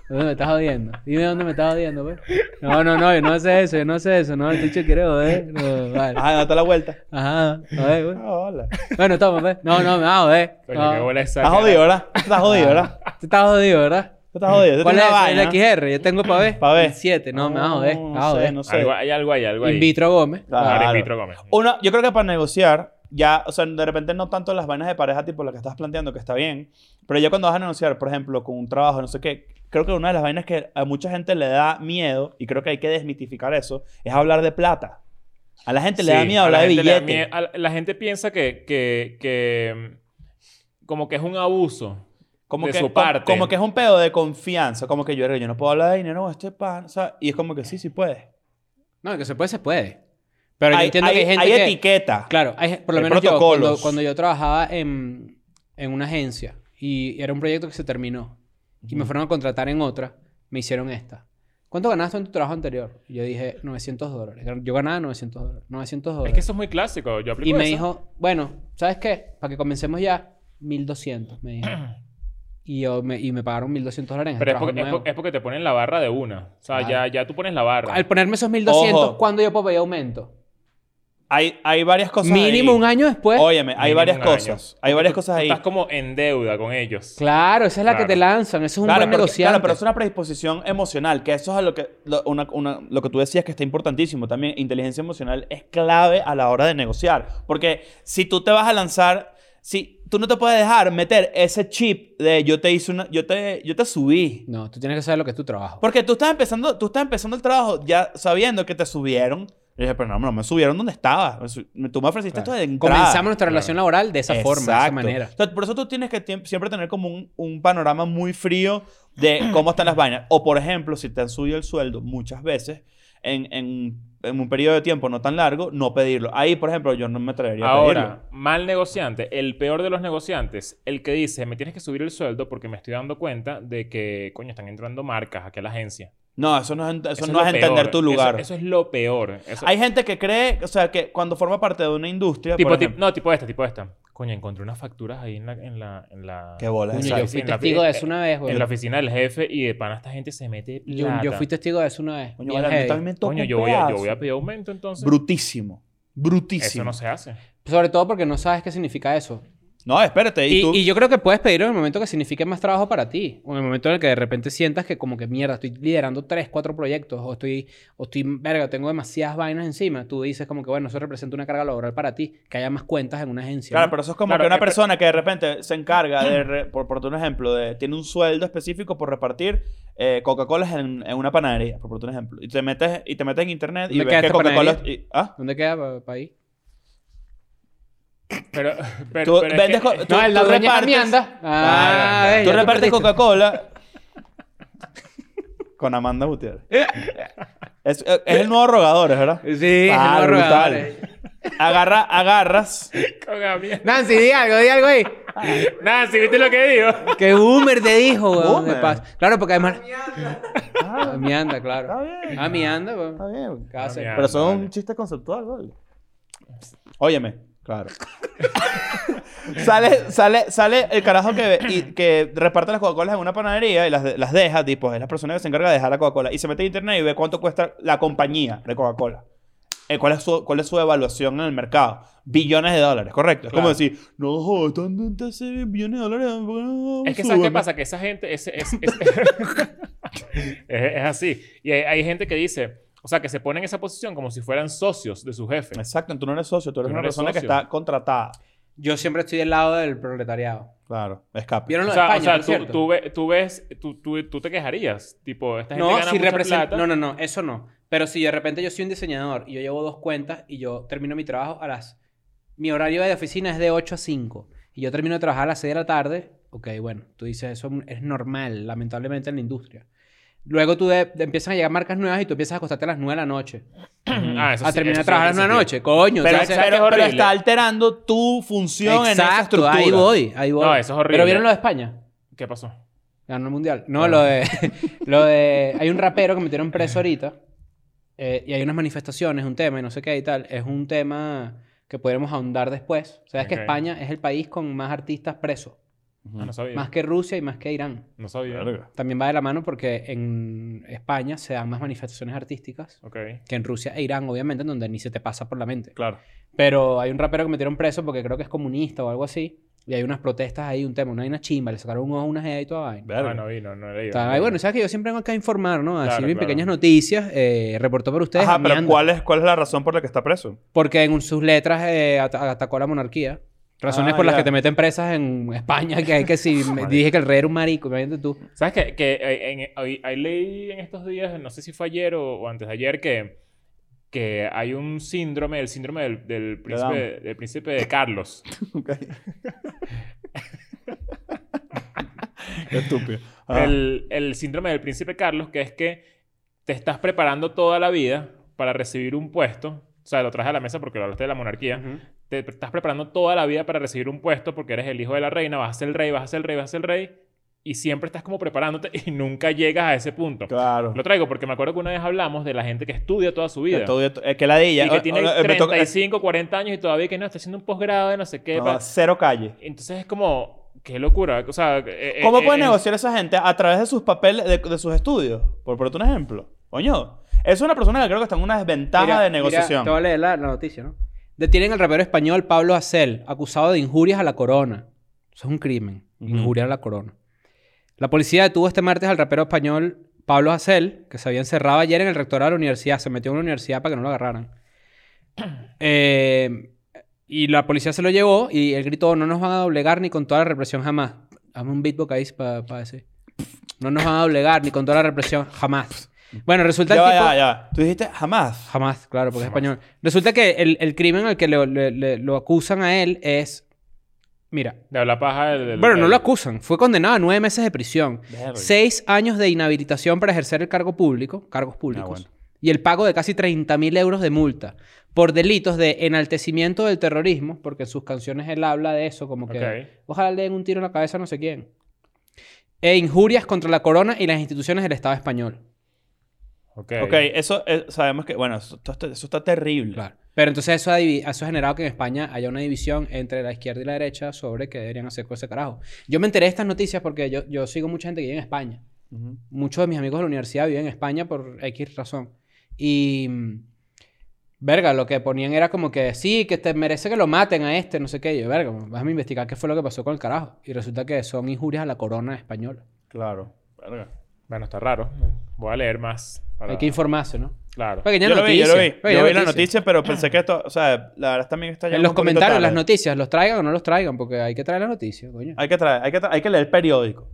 ¿Dónde me estás jodiendo? Dime dónde me estás jodiendo, pues. No, no, no, yo no sé eso, yo no sé eso. No, el ticho quiere joder. No, vale. Ah, date la vuelta. Ajá, joder, güey. Ah, hola. Bueno, toma, pues. No, no, me vas a joder. Coño, No. qué bola esa. Estás cara. jodido, ¿verdad? Estás jodido, ¿verdad? Tú estás jodido, ¿verdad? Estás jodido. ¿Cuál Esta es una vaina. el XR? Yo tengo para ver. Pa' ver. 7, no, me vas a joder. me vas a No sé, joder. no sé. Algo- hay algo ahí, algo ahí. In vitro Gómez. Claro. Ahora, in vitro Gómez. Uno, yo creo que para negociar, ya, o sea, de repente no tanto las vainas de pareja tipo las que estás planteando, que está bien, pero ya cuando vas a negociar, por ejemplo, con un trabajo, no sé qué, creo que una de las vainas que a mucha gente le da miedo, y creo que hay que desmitificar eso, es hablar de plata. A la gente le da Sí, miedo a la hablar de gente le da billete. miedo- a la- la gente piensa que, que, que, mm, como que es un abuso. Como de que, su como- parte. como que es un pedo de confianza, como que yo, yo no puedo hablar de dinero con este pan, o sea, y es como que sí, sí puedes. No, que se puede, se puede. Pero yo hay entiendo que hay gente hay que... etiqueta. Claro, hay, por lo Hay menos yo, protocolos. cuando, cuando yo trabajaba en, en una agencia y era un proyecto que se terminó y me fueron a contratar en otra, me hicieron esta. ¿Cuánto ganaste en tu trabajo anterior? Y yo dije, 900 dólares. Yo ganaba 900 dólares. 900 Es que dólares. eso es muy clásico. Yo aplico y me eso. dijo, bueno, ¿sabes qué? Para que comencemos ya, 1200, me dijo. Y, yo me, y me pagaron 1200 dólares en el Pero es trabajo porque, es, nuevo. por- es porque te ponen la barra de una. O sea, ya, Claro. ya tú pones la barra. Al ponerme esos 1200, Ojo. ¿cuándo yo puedo pedir aumento? Hay, hay varias cosas Mínimo ahí. un año después. Óyeme, hay Mínimo varias un año. cosas. Hay varias Tú- cosas tú ahí. estás como en deuda con ellos. Claro, esa es la Claro. que te lanzan. Eso es un Claro, buen porque- negociante. claro, pero es una predisposición emocional, que eso es a lo que, lo, una- una- lo que tú decías que está importantísimo también. Inteligencia emocional es clave a la hora de negociar. Porque si tú te vas a lanzar, si tú no te puedes dejar meter ese chip de yo te hice una, yo te, yo te subí. No, tú tienes que saber lo que es tu trabajo. Porque tú estás empezando, tú estás empezando el trabajo ya sabiendo que te subieron. Yo dije, pero no, no me subieron donde estaba. Me su- me- Tú me ofreciste esto de entrada. Comenzamos nuestra relación laboral de esa forma, de esa Exacto. manera. O sea, por eso tú tienes que tiem- siempre tener como un, un panorama muy frío (clears throat) de cómo están las vainas. O, por ejemplo, si te han subido el sueldo muchas veces en, en- en un periodo de tiempo no tan largo, no pedirlo. Ahí, por ejemplo, yo no me atrevería a pedirlo. Ahora, mal negociante, el peor de los negociantes, el que dice, me tienes que subir el sueldo porque me estoy dando cuenta de que, coño, están entrando marcas aquí a la agencia. No, eso no es, ent- eso es no lo es entender peor. tu lugar. Eso, eso es lo peor. Eso- Hay gente que cree, o sea, que cuando forma parte de una industria, tipo, por ti- ejemplo, no, tipo esta, tipo esta. Coño, encontré unas facturas ahí en la... En la, en la Qué bola, Coño, exacto. yo fui en la testigo fi- de eso una vez, güey. en la oficina del jefe y de pana esta gente se mete Yo, plata. yo fui testigo de eso una vez. Coño, Bien vale, a mí heavy. también me toca Coño, un yo voy, a, yo pedazo. voy a pedir aumento entonces. Brutísimo. Brutísimo. Eso no se hace. Sobre todo porque no sabes qué significa eso. No, espérate. Y, Y, tú- y yo creo que puedes pedirlo en el momento que signifique más trabajo para ti. O en el momento en el que de repente sientas que como que mierda, estoy liderando tres, cuatro proyectos. O estoy, o estoy, verga, tengo demasiadas vainas encima. Tú dices como que, bueno, eso representa una carga laboral para ti. Que haya más cuentas en una agencia. Claro, ¿no? pero eso es como Claro, que una eh, pero- persona que de repente se encarga de, re- por, por un ejemplo, de- tiene un sueldo específico por repartir eh, Coca-Cola en, en una panadería, por, por un ejemplo. Y te metes, y te metes en internet y ¿Dónde ves queda que esta Coca-Cola... panadería? y- ¿Ah? ¿Dónde queda para ahí? Pero, (laughs) pero, Tú pero es vendes que- co- tú- No, el tú la dueña es repartes- Amianda. Claro, Ah, claro. ey, Tú ya te repartes perdiste. Coca-Cola (laughs) con Amanda Gutiérrez. Es, es el nuevo rogador, ¿verdad? Sí, Claro, no, brutal. vale. Agarra, agarras. (laughs) Con la mierda. Nancy, di algo, di algo ahí. Nancy, ¿viste lo que digo? Que Boomer te dijo, weón. de Boomer. paso. Claro, porque además. Ah, mi anda, Está claro. bien. Ah, mi anda, weón. Está bien. ¿Qué hace? Ah, Pero son Vale. un chiste conceptual, ¿vale? Óyeme, claro. (laughs) sale, sale, sale el carajo que, y- que reparte las Coca-Colas en una panadería y las, de- las deja, tipo, es la persona que se encarga de dejar la Coca-Cola. Y se mete en internet y ve cuánto cuesta la compañía de Coca-Cola. Eh, ¿cuál, es su, ¿Cuál es su evaluación en el mercado? Billones de dólares, correcto. Es como Claro. decir, no, joder, tanto te hace billones de dólares. bueno, Es que ¿sabes qué súbeme". pasa? Que esa gente es, es, es- es- (laughs) es así. Y hay, hay gente que dice, o sea, que se pone en esa posición como si fueran socios de su jefe. Exacto, tú no eres socio, tú eres Tú no una eres persona que socio. está contratada. Yo siempre estoy del lado del proletariado. Claro, escape. ¿Vieron O lo sea, de o España? sea, por tú, cierto? tú ve- tú ves, tú, tú- tú te quejarías. Tipo, esta gente no, gana si mucha representa. plata. No, no, no, eso no. Pero si de repente yo soy un diseñador y yo llevo dos cuentas y yo termino mi trabajo a las. Mi horario de oficina es de 8 a 5 y yo termino de trabajar a las 6 de la tarde. Ok, bueno, tú dices eso es normal, lamentablemente en la industria. Luego tú de- de- empiezan a llegar marcas nuevas y tú empiezas a acostarte a las 9 de la noche. Ah, eso a sí, terminar eso de sí trabajar a tiene las 9 de la sentido. noche. Coño, Pero, ¿sabes ¿sabes? qué es pero- pero horrible? está alterando tu función en esa Exacto, estructura. ahí voy, ahí voy. No, eso es horrible. Pero vieron lo de España. ¿Qué pasó? Ganó el mundial. No, Ah. lo de. (laughs) Lo de. Hay un rapero que metieron preso ahorita. eh, y hay unas manifestaciones, un tema y no sé qué y tal. Es un tema que podremos ahondar después. O sea, es que Ok. España es el país con más artistas presos. Ah, no sabía. Mm, Más que Rusia y más que Irán. No sabía. Verga. También va de la mano porque en España se dan más manifestaciones artísticas Ok. que en Rusia e Irán, obviamente, en donde ni se te pasa por la mente. Claro. Pero hay un rapero que metieron preso porque creo que es comunista o algo así. Y hay unas protestas ahí, un tema, una vaina chimba, le sacaron un ojo, una jeva y toda vaina. Ah, Verga. no vi, no, no leí. Está- y bueno, sabes que yo siempre vengo acá a informar, ¿no? Así Claro, bien claro. pequeñas noticias, eh, reportó para ustedes. Ajá, pero Amianda, ¿cuál es, ¿cuál es la razón por la que está preso? Porque en sus letras eh, at- atacó a la monarquía. Razones Ah, por las ya. que te meten presas en España, que hay que (laughs) si me- dije que el rey era un marico, imagínate tú. ¿Sabes qué? Que eh, en- hoy- ahí leí en estos días, no sé si fue ayer o, o antes de ayer, que, que hay un síndrome, el síndrome del, del príncipe, Down. del príncipe de Carlos. Qué estúpido. Ah, Ajá. El, el síndrome del príncipe Carlos, que es que te estás preparando toda la vida para recibir un puesto. O sea, lo traje a la mesa porque lo hablaste de la monarquía. Te estás preparando toda la vida para recibir un puesto porque eres el hijo de la reina, vas a ser el rey, vas a ser el rey, vas a ser el rey. Y siempre estás como preparándote y nunca llegas a ese punto. Claro. Lo traigo porque me acuerdo que una vez hablamos de la gente que estudia toda su vida. Estudio- eh, que ladilla. y que Oh, tiene oh, no, eh, me toca- Ah, eh, 35, 40 años y todavía que no, está haciendo un posgrado de no sé qué. no, pa- cero calle. Entonces es como, qué locura. O sea, eh, eh, ¿Cómo eh, puede eh, negociar esa gente a través de sus papeles, de, de sus estudios? Por ponerte un ejemplo. Coño. Es una persona que creo que está en una desventaja Mira, de mira, negociación. te voy a leer la, la noticia, ¿no? Detienen al rapero español Pablo Acel, acusado de injurias a la corona. Eso es un crimen, Ujú. injuriar a la corona. La policía detuvo este martes al rapero español Pablo Acel, que se había encerrado ayer en el rectorado de la universidad. Se metió en la universidad para que no lo (clears throat) agarraran. Eh, y la policía se lo llevó y él gritó, no nos van a doblegar ni con toda la represión jamás. Hazme un beatbox ahí para decir. No nos van a doblegar ni con toda la represión (sniffs) jamás. Bueno, resulta ya el va, tipo- ya va, ya va. Tú dijiste jamás. Jamás, claro, porque es español. Resulta que el, el crimen al que lo, le- le- lo acusan a él es. Mira. De hablar paja del- del- Bueno, no del- lo acusan. Fue condenado a nueve meses de prisión, Verga. seis años de inhabilitación para ejercer el cargo público, cargos públicos, bueno. y el pago de casi 30.000 euros de multa por delitos de enaltecimiento del terrorismo, porque en sus canciones él habla de eso, como que Ok. ojalá le den un tiro en la cabeza a no sé quién, e injurias contra la corona y las instituciones del Estado español. Ok. Ok, eso eh, sabemos que, bueno, eso, esto- eso está terrible. Claro. Pero entonces eso ha, divi- eso ha generado que en España haya una división entre la izquierda y la derecha sobre qué deberían hacer con ese carajo. Yo me enteré de estas noticias porque yo, yo sigo mucha gente que vive en España. Ujú. Muchos de mis amigos de la universidad viven en España por X razón. Y. mm, Verga, lo que ponían era como que sí, que te merece que lo maten a este, no sé qué. Y yo, verga, vas a investigar qué fue lo que pasó con el carajo. Y resulta que son injurias a la corona española. Claro. Verga. Bueno, está raro. Voy a leer más. para- Hay que informarse, ¿no? Claro. Pequeña Yo lo vi, yo lo vi. noticia, pequeña Yo vi la noticia, (clears throat) pero pensé que esto, o sea, la verdad también está ya En los un poquito comentarios, las tarde. noticias, los traigan o no los traigan, porque hay que traer la noticia, coño. Hay que traer, hay que, tra- hay que leer el periódico.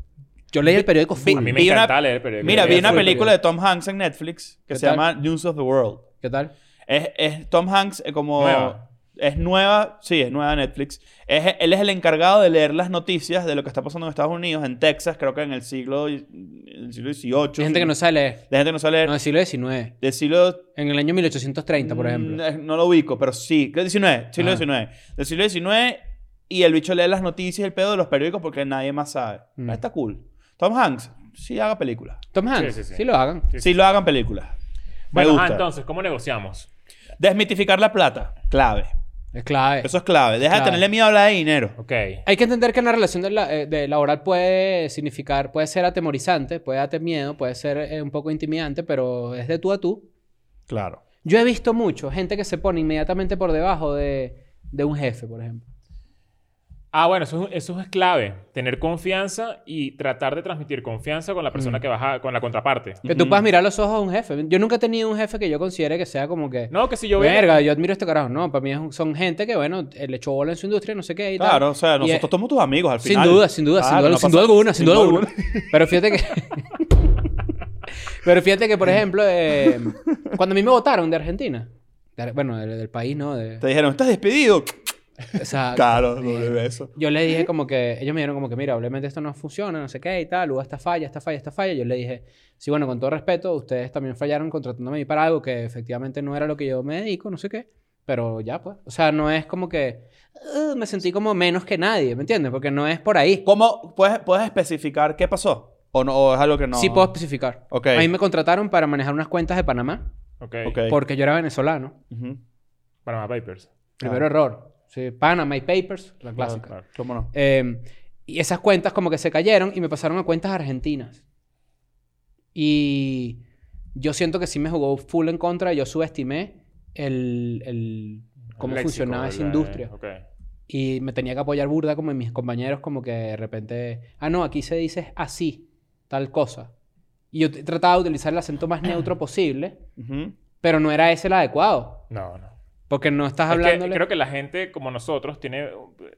Yo leí el periódico full. A mí me Vi una- encanta leer periódico. Mira, Mira, vi una full película periódico. de Tom Hanks en Netflix que ¿Qué se tal? llama News of the World. ¿Qué tal? Es, es Tom Hanks eh, como... Nueva. Es nueva, sí, es nueva de Netflix. Es, él es el encargado de leer las noticias de lo que está pasando en Estados Unidos, en Texas, creo que en el siglo, el siglo XVIII. Hay gente que no sabe leer. De gente que no sabe leer. No, del siglo XIX. Del siglo En el año 1830, por ejemplo. Ah. Mm, eh, No, lo ubico, pero sí. Creo que 19, siglo Ajá. XIX. Del siglo XIX y el bicho lee las noticias y el pedo de los periódicos porque nadie más sabe. Mm. Ah, Está cool. Tom Hanks, sí haga películas. Tom Hanks, Sí, sí, sí. sí lo hagan. Sí, Sí, sí. lo hagan películas. Me Bueno, ah, gusta. entonces, ¿cómo negociamos? Desmitificar la plata. Clave. Es clave. Eso es clave. Deja Clave. de tenerle miedo a hablar de dinero. Ok. Hay que entender que una relación de, la- eh, de laboral puede significar, puede ser atemorizante, puede darte miedo, puede ser eh, un poco intimidante, pero es de tú a tú. Claro. Yo he visto mucho gente que se pone inmediatamente por debajo de, de un jefe, por ejemplo. Ah, bueno, eso, es- eso es clave. Tener confianza y tratar de transmitir confianza con la persona que baja, con la contraparte. Que tú puedas mirar los ojos a un jefe. Yo nunca he tenido un jefe que yo considere que sea como que... No, que si yo veo. Verga, yo admiro a este carajo. No, para mí es un- son gente que, bueno, eh, le echó bola en su industria, no sé qué y tal. Claro, o sea, Y, eh, nosotros somos tus amigos al Sin final. duda, sin duda, sin, Claro, duda no sin pasa- duda alguna, sin duda alguna. alguna. (laughs) Pero fíjate que... Pero fíjate que, por ejemplo, eh, cuando a mí me votaron de Argentina, de- bueno, del, del país, ¿no? De- Te dijeron, estás despedido. o sea, Claro, doble beso. yo le dije como que, ellos me dijeron como que, mira, obviamente esto no funciona, no sé qué y tal, hubo esta falla, esta falla, esta falla. Yo le dije, sí, bueno, con todo respeto, ustedes también fallaron contratándome a mí para algo que efectivamente no era lo que yo me dedico, no sé qué. Pero ya, pues. O sea, no es como que "Ugh", me sentí como menos que nadie, ¿me entiendes? Porque no es por ahí. ¿Cómo puedes, puedes especificar qué pasó? ¿O, no, o es algo que no? Sí puedo especificar. Ok. A mí me contrataron para manejar unas cuentas de Panamá Ok. Ok. porque yo era venezolano. Ujú. Panama Papers. Ah. Primero error. Sí, Panama y Papers, la clásica. Claro. ¿Cómo no? Eh, Y esas cuentas como que se cayeron y me pasaron a cuentas argentinas. Y yo siento que sí me jugó full en contra. Yo subestimé el, el cómo Léxico, funcionaba esa la- industria. Ok. Y me tenía que apoyar burda como en mis compañeros, como que de repente, ah, no, aquí se dice así, tal cosa. Y yo t- trataba de utilizar el acento más neutro posible, Ujú. pero no era ese el adecuado. No, no. Porque no estás Es que hablándole... creo que la gente como nosotros tiene,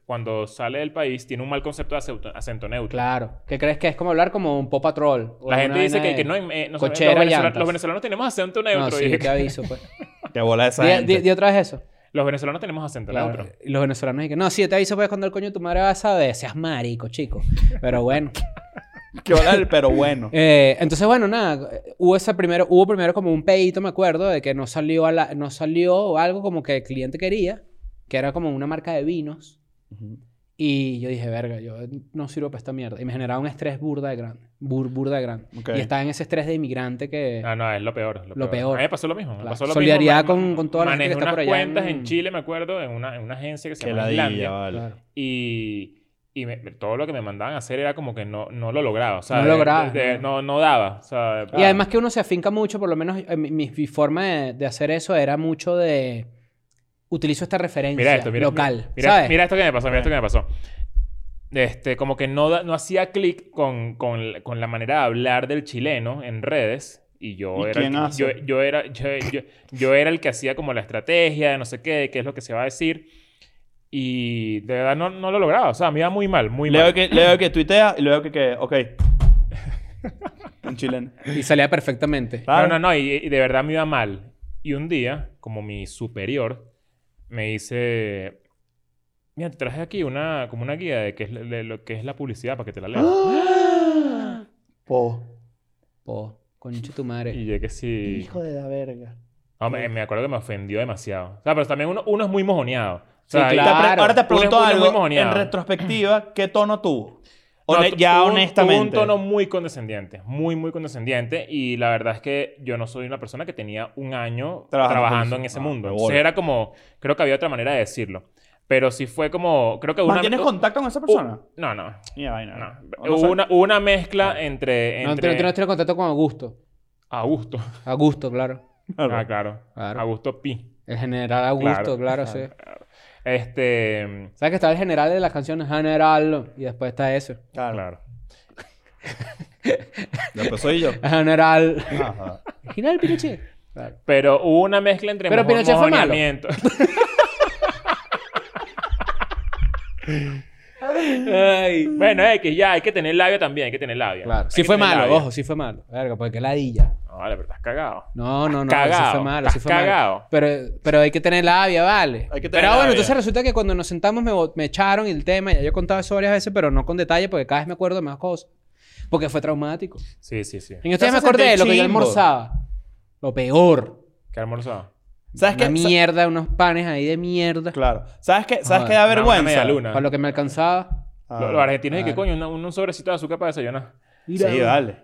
cuando sale del país, tiene un mal concepto de acento, acento neutro. Claro. ¿Qué crees que es como hablar como un Paw Patrol? o La una gente dice vaina que, de- que no, hay- eh, no sé, cochera los, venezolanos- llantas. los venezolanos tenemos acento No, neutro. sí, Y- te aviso, pues. Qué bola esa Di- gente. di- di otra vez eso. (laughs) Los venezolanos tenemos acento Claro, neutro. y los venezolanos dicen, no, sí, te aviso, pues, cuando el coño de tu madre vas a ver, seas marico, chico. Pero bueno. (laughs) Qué bola el pero bueno. Eh, entonces, bueno, nada, eh, hubo ese primero, hubo primero como un pedito, me acuerdo, de que no salió, a la- no salió algo como que el cliente quería, que era como una marca de vinos. Ujú. Y yo dije, verga, yo no sirvo para esta mierda. Y me generaba un estrés burda de grande. bur- burda de grande. Ok. Y estaba en ese estrés de inmigrante que... Ah, no, es lo peor. Lo, peor. Lo peor. A mí me pasó lo mismo. Me Claro. pasó lo Solidaridad mismo. con- con toda la gente que Manejé está por unas allá cuentas en... en- Chile, me acuerdo, en una, en una agencia que se Qué llama ladilla, Islandia. vale. Claro. Y, y me- todo lo que me mandaban a hacer era como que no, no lo lograba. O sea, No de- lograba, de- de- no, no. no daba. O sea, Y además que uno se afinca mucho, por lo menos eh, mi, mi- mi forma de, de hacer eso era mucho de... Utilizo esta referencia mira esto, mira, local, mira, ¿sabes? mira esto que me pasó, mira esto que me pasó. Este, como que no, da- no hacía clic con, con, con la manera de hablar del chileno en redes. Y yo era, ¿Y el quién que- hace? yo, yo era, yo, yo- yo era el que hacía como la estrategia de no sé qué, de qué es lo que se va a decir. Y de verdad no, no lo lograba. O sea, me iba muy mal, muy mal. Leo que, leo que tuitea y luego que, que ok. Un chileno. Y salía perfectamente. Claro. No, no, no, y, y de verdad me iba mal. Y un día, como mi superior, me dice, mira, te traje aquí una, como una guía de, qué es, la- de lo que es la publicidad para que te la leas. Po. Po, concha tu madre. Y llegué que sí... de la verga. No, me, me acuerdo que me ofendió demasiado. O sea, pero también uno, uno es muy mojoneado. O sea, Sí, y- claro. Ahora te pregunto Uno es- uno es muy algo. mojoneado. En retrospectiva, ¿qué tono tuvo? Hone- No, ya tuvo un- honestamente. tuvo un tono muy condescendiente, muy, muy condescendiente. Y la verdad es que yo no soy una persona que tenía un año Trabajando con trabajando, eso. en ese Ah, mundo. de Entonces bola. era como, creo que había otra manera de decirlo. Pero sí fue como, creo que una... ¿Mantienes u- contacto con esa u- persona? No, no, Uh, Mira, vaina. no. No Hubo sé. Ah. una, hubo una mezcla entre... No, entre... no, no estoy en contacto con Augusto. Augusto. Augusto, claro. Claro. Ah, claro. Claro. Augusto Pi. El general Augusto, Claro, claro, claro. sí. Este... ¿Sabes que está el general de las canciones? General. Y después está eso. Claro. Claro. Después soy yo. General. Ajá. (laughs) General Pinochet. Claro. Pero hubo una mezcla entre Pero mojo- Pinochet fue malo. mojoneamiento. Bueno, es que ya hay que tener labia también, hay que tener labia. Claro. Hay Sí que fue tener malo, labia. ojo, sí fue malo. Verga, porque qué ladilla. No, vale, pero estás cagado. No, no, no. Cagao, sí fue malo, estás sí fue malo. cagao. Pero, pero hay que tener labia, vale. Hay que tener pero bueno, labia. entonces resulta que cuando nos sentamos me, bo- me echaron y el tema, ya yo he contado eso varias veces, pero no con detalle porque cada vez me acuerdo de más cosas. Porque fue traumático. Sí, sí, sí. En estos días me hace acordé de lo que yo sentir chimbo. almorzaba. Lo peor. ¿Qué almorzado? (laughs) ¿Sabes Una qué? Sa- mierda, unos panes ahí de mierda. Claro. ¿Sabes qué? ¿Sabes qué Joder, Una- da una media vergüenza? luna. Para lo que me alcanzaba. Ah, Los, los argentinos, ¿y qué Claro. coño? Una- un, un sobrecito de azúcar para desayunar. Sí, vale.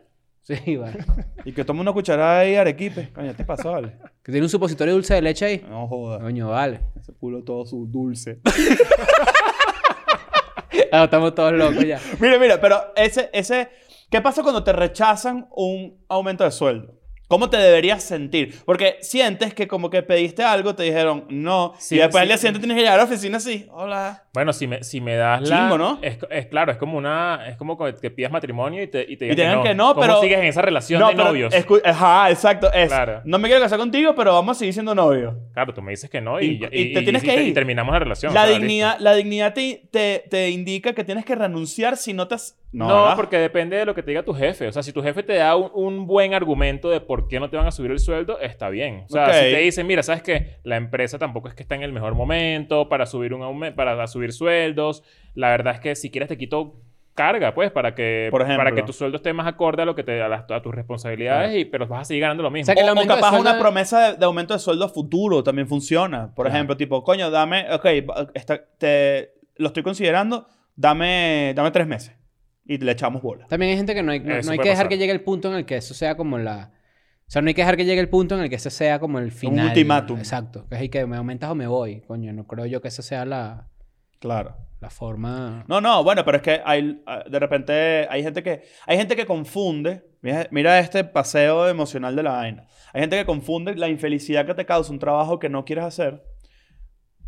Sí, vale. Y que toma una cucharada ahí de arequipe. Coño, ¿qué te pasó, vale? Que tiene un supositorio de dulce de leche ahí. No jodas. Coño, vale. (laughs) Ese culo todo su dulce. (laughs) Ah, estamos todos locos ya. mira, mira, pero ese, ese. ¿Qué pasa cuando te rechazan un aumento de sueldo? ¿Cómo te deberías sentir? Porque sientes que como que pediste algo, te dijeron no. Sí, y después sí. al día siguiente tienes que llegar a la oficina así. Hola. Bueno, si me, si me das la... Chimbo, ¿no? Es, es claro, es como una... Es como que pidas matrimonio y te, y te Y digan te digan que que no. no, ¿Cómo pero- sigues en esa relación de pero novios? escu- Ajá, exacto. es, Claro. No me quiero casar contigo, pero vamos a seguir siendo novios. Claro, tú me dices que no y, Y- ya- y te tienes que y ir. terminamos la relación. la, o sea, listo. dignidad, la dignidad te, te, te indica que tienes que renunciar si no te has... No, ¿verdad? porque depende de lo que te diga tu jefe. O sea, si tu jefe te da un, un buen argumento de por qué no te van a subir el sueldo, está bien. O sea, Ok. si te dicen, mira, sabes que la empresa tampoco es que está en el mejor momento para subir un aumen- para subir sueldos. La verdad es que si quieres te quito carga, pues, para que, Por ejemplo. para que tu sueldo esté más acorde a lo que te a, las- a tus responsabilidades, y, pero vas a seguir ganando lo mismo. O sea, que el O- o, aumento de capaz sueldo- una promesa de, de aumento de sueldo a futuro también funciona. Por Claro. ejemplo, tipo, coño, dame, ok, va- está- te, lo estoy considerando, dame, dame tres meses y le echamos bola. También hay gente que no hay, no- Eso no hay puede que dejar pasar. que llegue el punto en el que eso sea como la... O sea, no hay que dejar que llegue el punto en el que ese sea como el final. ultimátum. Exacto. Que es el que me aumentas o me voy. Coño, no creo yo que esa sea la... Claro. La forma... No, no, bueno, pero es que hay, ah, de repente hay gente que, hay gente que confunde. Mira, mira este paseo emocional de la vaina. Hay gente que confunde la infelicidad que te causa un trabajo que no quieres hacer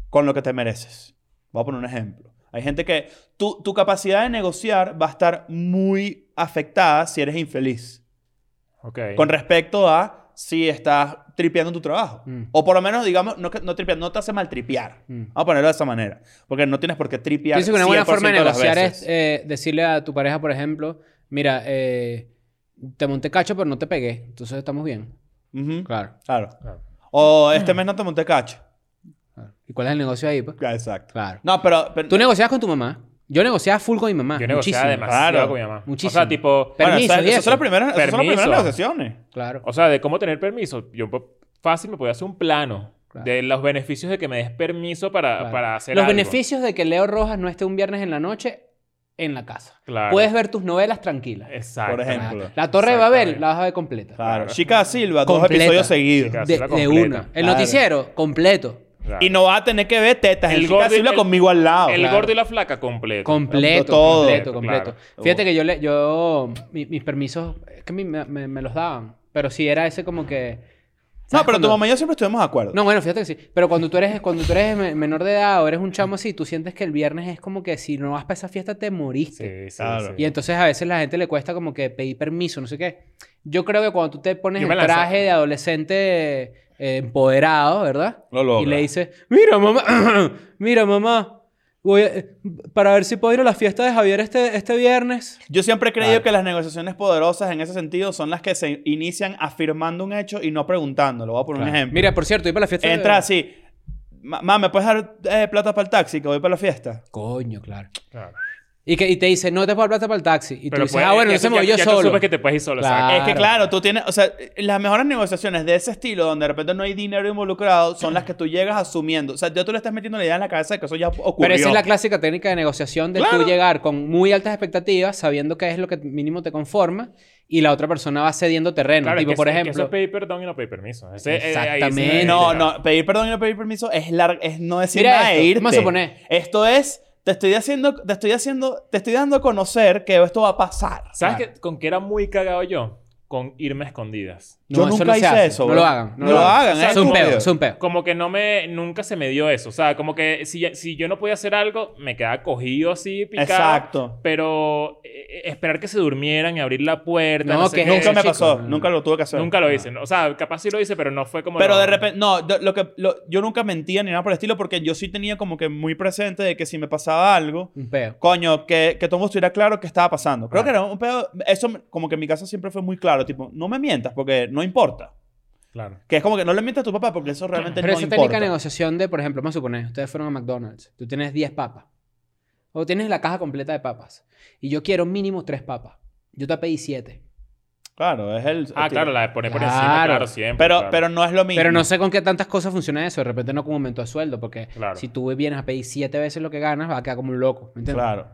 con lo que te mereces. Voy a poner un ejemplo. Hay gente que tu, tu capacidad de negociar va a estar muy afectada si eres infeliz. Ok. Con respecto a si estás tripeando tu trabajo. Mm. O por lo menos, digamos, no, que- no, tripear, no te hace mal tripear. Mm. Vamos a ponerlo de esa manera. Porque no tienes por qué tripear. Pienso que una buena 100% forma de las negociar veces. es eh, decirle a tu pareja, por ejemplo, mira, eh, te monté cacho, pero no te pegué. Entonces estamos bien. Ujú. Claro. Claro. Claro. O este mes no te monté cacho. claro. ¿Y cuál es el negocio ahí? Pues? Ya, Exacto. Claro. No, pero. pero- Tú negociabas con tu mamá. Yo negociaba full con mi mamá. Yo muchísimo. negociaba demasiado claro. con mi mamá. O Muchísimo. sea, tipo... Pero- permiso esas- y esas eso. son las primeras, esas son las Permiso. primeras negociaciones. Claro. O sea, de cómo tener permiso. Yo po- fácil me podía hacer un plano Claro. de los beneficios de que me des permiso para, Claro. para hacer Los algo. beneficios de que Leo Rojas no esté un viernes en la noche en la casa. Claro. Puedes ver tus novelas tranquilas. Exacto. Por Ah, ejemplo. La Torre de Babel Exactamente. la vas a ver completa. Claro. Chica da Silva, dos Completa. episodios seguidos. Chica da De, Hacerla de completa. una. El Claro. noticiero, completo. Claro. Y no vas a tener que ver tetas. El El Chica da gordo y- Silva el- conmigo al lado. El Claro. gordo y la flaca completo. Completo, Todo. completo, Claro. completo. Fíjate que yo, le, yo mi- mis permisos, es que mi- me, me- me los daban, pero sí era ese como que... No, ¿sabes pero tu cuando- mamá y yo siempre estuvimos de acuerdo. No, bueno, fíjate que sí. Pero cuando tú eres, cuando tú eres me- menor de edad o eres un chamo así, tú sientes que el viernes es como que si no vas para esa fiesta te moriste. Sí, sí, Claro. sí. Y entonces a veces la gente le cuesta como que pedir permiso, no sé qué. Yo creo que cuando tú te pones Yo el me lanzo- traje de adolescente eh, empoderado, ¿verdad? Lo logra. Y le dices, mira mamá, (clears throat) mira mamá, voy a- para ver si puedo ir a la fiesta de Javier este, este viernes. Yo siempre he creído Claro. que las negociaciones poderosas en ese sentido son las que se inician afirmando un hecho y no preguntándolo. Voy a poner un ejemplo. Mira, eh. por cierto, voy para la fiesta. de- Entra así. "Ma- Mamá, ¿me puedes dar eh, plata para el taxi que voy para la fiesta? Coño, claro. Claro. Y, que, y te dice, no te puedo dar plata para el taxi. Y tú Pero dices, puede- ah, bueno, ya no se tú- ya- movió ya tú solo. supes que te puedes ir solo. eh, exacto. Claro. Es que claro, tú tienes, o sea, las mejores negociaciones de ese estilo, donde de repente no hay dinero involucrado, son las que tú llegas asumiendo. O sea, ya tú le estás metiendo la idea en la cabeza de que eso ya ocurrió. Pero esa es la clásica técnica de negociación de Claro. tú llegar con muy altas expectativas, sabiendo qué es lo que mínimo te conforma, y la otra persona va cediendo terreno. Claro, es tipo, que- por es que ejemplo, eso es pedir perdón y no pedir permiso. Ese- eh, ahí sí me- Exactamente. No, no, pedir perdón y no pedir permiso es, lar- es no decir Mira nada esto, e irte. vamos a suponer. Esto es, te estoy haciendo, te estoy haciendo, te estoy dando a conocer que esto va a pasar. ¿Sabes Claro. que- con qué era muy cagado yo? Con irme a escondidas. no, Yo eso nunca no se hice hace. eso, No bro. lo hagan. No, No lo hagan, O sea, es Es un como- peo, es un peo. Como que no me... Nunca se me dio eso. O sea, como que si, ya- si yo no podía hacer algo, me quedaba cogido así, picado. Exacto. Pero eh, esperar que se durmieran y abrir la puerta. No, No, sé que qué. Nunca me chico, pasó, no. nunca lo tuve que hacer. Nunca lo hice. ¿no? O sea, capaz sí lo hice, pero no fue como... Pero lo- de repente, no, yo- lo que, lo- yo nunca mentía ni nada por el estilo porque yo sí tenía como que muy presente de que si me pasaba algo, Un peo. coño, que, que todo el mundo estuviera claro que estaba pasando. Creo que era un pedo, eso me- como que en mi casa siempre fue muy claro, tipo, no me mientas porque no importa. Claro. Que es como que no le mientas a tu papá porque eso realmente Pero no esa importa. técnica de negociación de, por ejemplo, vamos a suponer, ustedes fueron a McDonald's, tú tienes 10 papas, o tienes la caja completa de papas, y yo quiero mínimo 3 papas. Yo te pedí 7. Claro, es el... Ah, el- claro, la de poner por encima, Claro. claro, siempre. Pero, claro. pero no es lo mismo. Pero no sé con qué tantas cosas funciona eso, de repente no con aumento de sueldo, porque Claro. si tú vienes a pedir 7 veces lo que ganas, va a quedar como un loco, ¿me entiendes? Claro.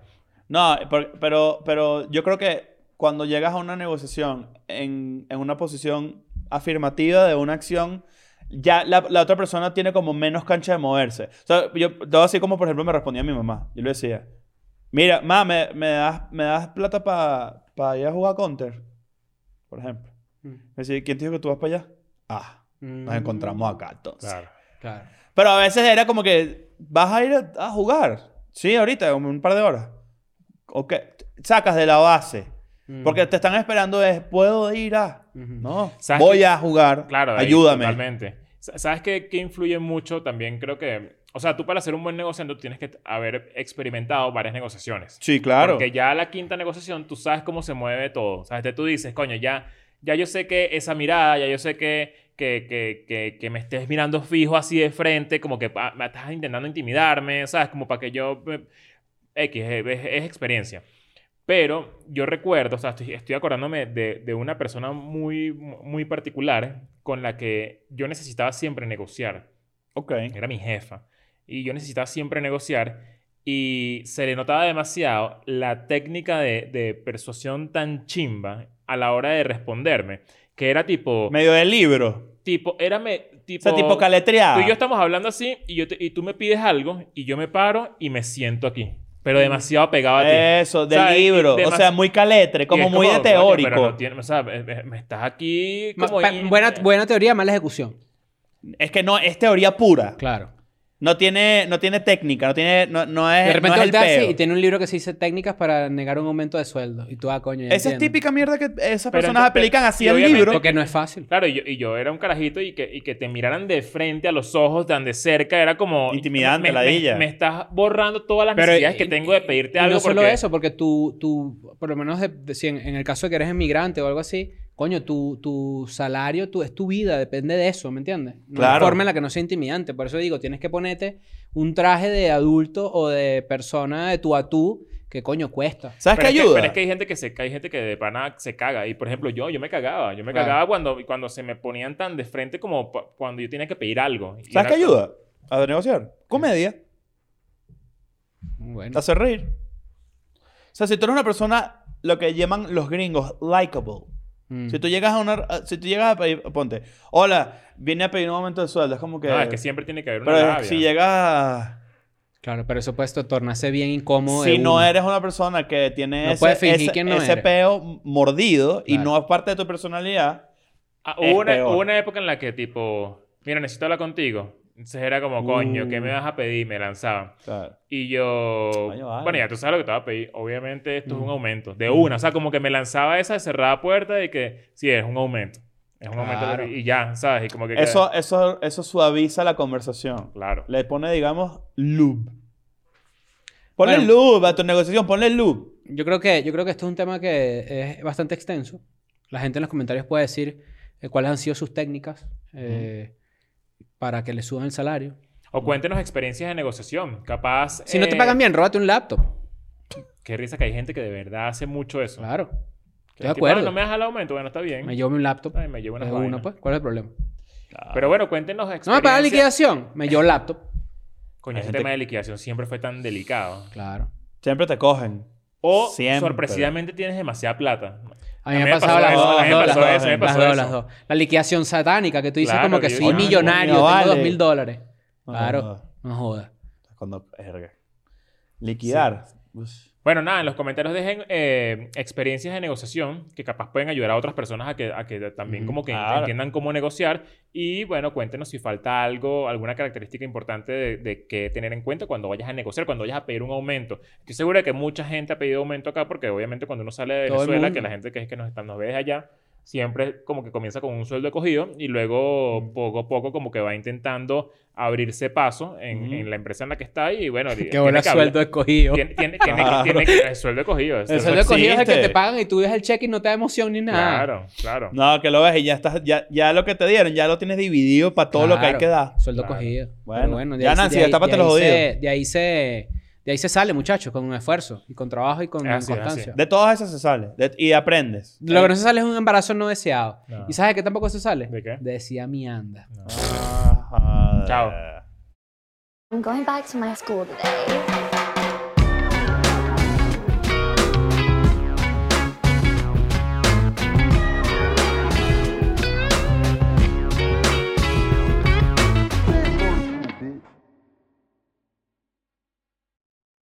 No, por- pero, pero yo creo que cuando llegas a una negociación en, en una posición afirmativa de una acción, ya la, la otra persona tiene como menos cancha de moverse. O sea, yo, todo así como, por ejemplo, me respondía mi mamá. Yo le decía, mira, mamá, ¿me, me das, me das plata para ir a jugar Counter? Por ejemplo. Mm. Es decir, ¿quién te dijo que tú vas para allá? Ah, nos encontramos acá entonces. Claro. Claro. Pero a veces era como que, ¿vas a ir a- a jugar? Sí, ahorita, en un par de horas. Ok, sacas de la base. Mm. Porque te están esperando es, ¿puedo ir a? Ujú. No, ¿Sabes voy qué? a jugar. Claro, ahí, ayúdame. Totalmente. Sa- ¿Sabes qué, qué influye mucho? También creo que. O sea, tú para ser un buen negociante tienes que t- haber experimentado varias negociaciones. Sí, claro. Porque ya la quinta negociación tú sabes cómo se mueve todo. O sea, este tú dices, coño, ya, ya yo sé que esa mirada, ya yo sé que, que, que, que, que me estés mirando fijo así de frente, como que pa- me estás intentando intimidarme, ¿sabes? Como para que yo... me- X, eh, es, es experiencia. Pero yo recuerdo, o sea, estoy, estoy acordándome de, de una persona muy, muy particular con la que yo necesitaba siempre negociar Ok. era mi jefa. Y yo necesitaba siempre negociar. Y se le notaba demasiado la técnica de, de persuasión tan chimba a la hora de responderme. Que era tipo... Medio del libro. Tipo, era me- O tipo... sea, tipo caletreada. Tú y yo estamos hablando así y, yo te- y tú me pides algo y yo me paro y me siento aquí. Pero demasiado pegado a ti. Eso, del O sea, y- y libro. demasi- o sea, muy caletre, Y como es muy de coño, teórico. pero no tiene- o sea, eh, eh, me estás aquí Ma- como... pa- in- buena, buena teoría, mala ejecución. Es que no, es teoría pura. Claro. No tiene, no tiene técnica, no tiene, no, no es, De repente Eh, no es el voltea así peo. y tiene un libro que se dice técnicas para negar un aumento de sueldo. Y tú, ah, coño, ya Esa es entiendo. típica mierda que esas Pero personas entonces- aplican así y al obviamente- libro. Porque no es fácil. Claro, y yo, y yo era un carajito y que, y que te miraran de frente a los ojos, tan de cerca, era como... me- Intimidante, me- ladilla. Me, estás borrando todas las necesidades que y- tengo de pedirte y algo No solo porque- eso, porque tú, tú por lo menos de- de- si en, en el caso de que eres emigrante o algo así, coño, tu, tu salario tu, es tu vida, depende de eso, ¿me entiendes? No hay Claro. forma en la que no sea intimidante. Por eso digo, tienes que ponerte un traje de adulto o de persona de tú a tú que coño cuesta. ¿Sabes qué Pero es que- ayuda? pero es que hay gente que se hay gente que de pana se caga. Y por ejemplo, yo, yo me cagaba. Yo me Claro. cagaba cuando, cuando se me ponían tan de frente como pa- cuando yo tenía que pedir algo. Y ¿Sabes era- qué ayuda? A negociar. Comedia. Bueno. Te hace reír. O sea, si tú eres una persona, lo que llaman los gringos, likable. Mm. Si tú llegas a una... a- Si tú llegas a pedir... Ponte. Hola, vine a pedir un aumento de sueldo. Es como que... No, es que siempre tiene que haber una Pero labia. si llegas... a- Claro, pero eso puede esto- tornarse bien incómodo. de Si no una. eres una persona que tiene No ese, puedes fingir ese- que no ese eres. peo mordido y Claro. no es parte de tu personalidad... Ah, es hubo, una, peor. hubo una época en la que tipo, mira, necesito hablar contigo. Entonces era Uh. como, coño, ¿qué me vas a pedir? Me lanzaban. Claro. Y yo, Coño, vale. bueno, ya tú sabes lo que te vas a pedir. Obviamente esto es un Mm. aumento. De una, o sea, como que me lanzaba esa de cerrada puerta de que, sí, es un aumento. Es un Claro. aumento. Y ya, ¿sabes? Y como que... Eso, eso, eso suaviza la conversación. Claro. Le pone, digamos, loop. Ponle Bueno. loop a tu negociación, ponle loop. Yo creo que, yo creo que esto es un tema que es bastante extenso. La gente en los comentarios puede decir eh, cuáles han sido sus técnicas eh, para que le suban el salario. O cuéntenos experiencias de negociación. Capaz. Si no te eh, pagan bien, róbate un laptop. Qué risa que hay gente que de verdad hace mucho eso. Claro. Que Estoy de tipo, acuerdo. "Ah, No me das el aumento, bueno, está bien. Me llevo un laptop. Ay, me llevo unas Es vainas. uno, pues. ¿Cuál es el problema? Pero bueno, cuéntenos ¿No me experiencias. pagan liquidación? Me llevo el laptop. Coño, ese Hay gente- tema de liquidación siempre fue tan delicado. Claro. Siempre te cogen. O Siempre. sorpresivamente tienes demasiada plata. A mí me ha pasado las eso, dos, a las mí me dos, las pasó dos, eso, a mí me las pasó dos, eso. las dos. La liquidación satánica que tú dices Claro, como que que yo soy digo, "Ay, millonario, coño, tengo vale". dos mil dólares. No, Claro. no. No jodas. Cuando, verga. Liquidar. Uf. Bueno, nada, en los comentarios dejen eh, experiencias de negociación que capaz pueden ayudar a otras personas a que, a que también Ujú, como que claro. entiendan cómo negociar. Y bueno, cuéntenos si falta algo, alguna característica importante de, de que tener en cuenta cuando vayas a negociar, cuando vayas a pedir un aumento. Estoy seguro de que mucha gente ha pedido aumento acá porque obviamente cuando uno sale de Todo el Venezuela, mundo. que la gente que es que nos, está, nos ve desde allá, siempre como que comienza con un sueldo cogido y luego poco a poco como que va intentando abrirse paso en, Ujú. en la empresa en la que está y bueno, (laughs) Qué buen hablar- sueldo escogido. tiene, tiene, tiene, que- Claro. tiene que- el sueldo de cogido. El Eso sueldo de cogido es el que existe. te pagan y tú ves el cheque y no te da emoción ni nada. Claro, claro. No, que lo ves y ya estás, ya, ya lo que te dieron, ya lo tienes dividido para todo lo que hay que dar. Sueldo Claro. cogido. Bueno. Pero bueno, de Ya, ahí se- Nancy, de ya ahí- tápate de los ahí se- oídos. De ahí se, de ahí se sale, muchachos, con un esfuerzo y con trabajo y con Es así, es constancia. De todas esas se sale. de- y aprendes. Lo que no se sale es un embarazo no deseado. No. ¿Y sabes de qué tampoco se sale? ¿De qué? Decía mi anda. No. Ah, joder. Chao. I'm going back to my school today.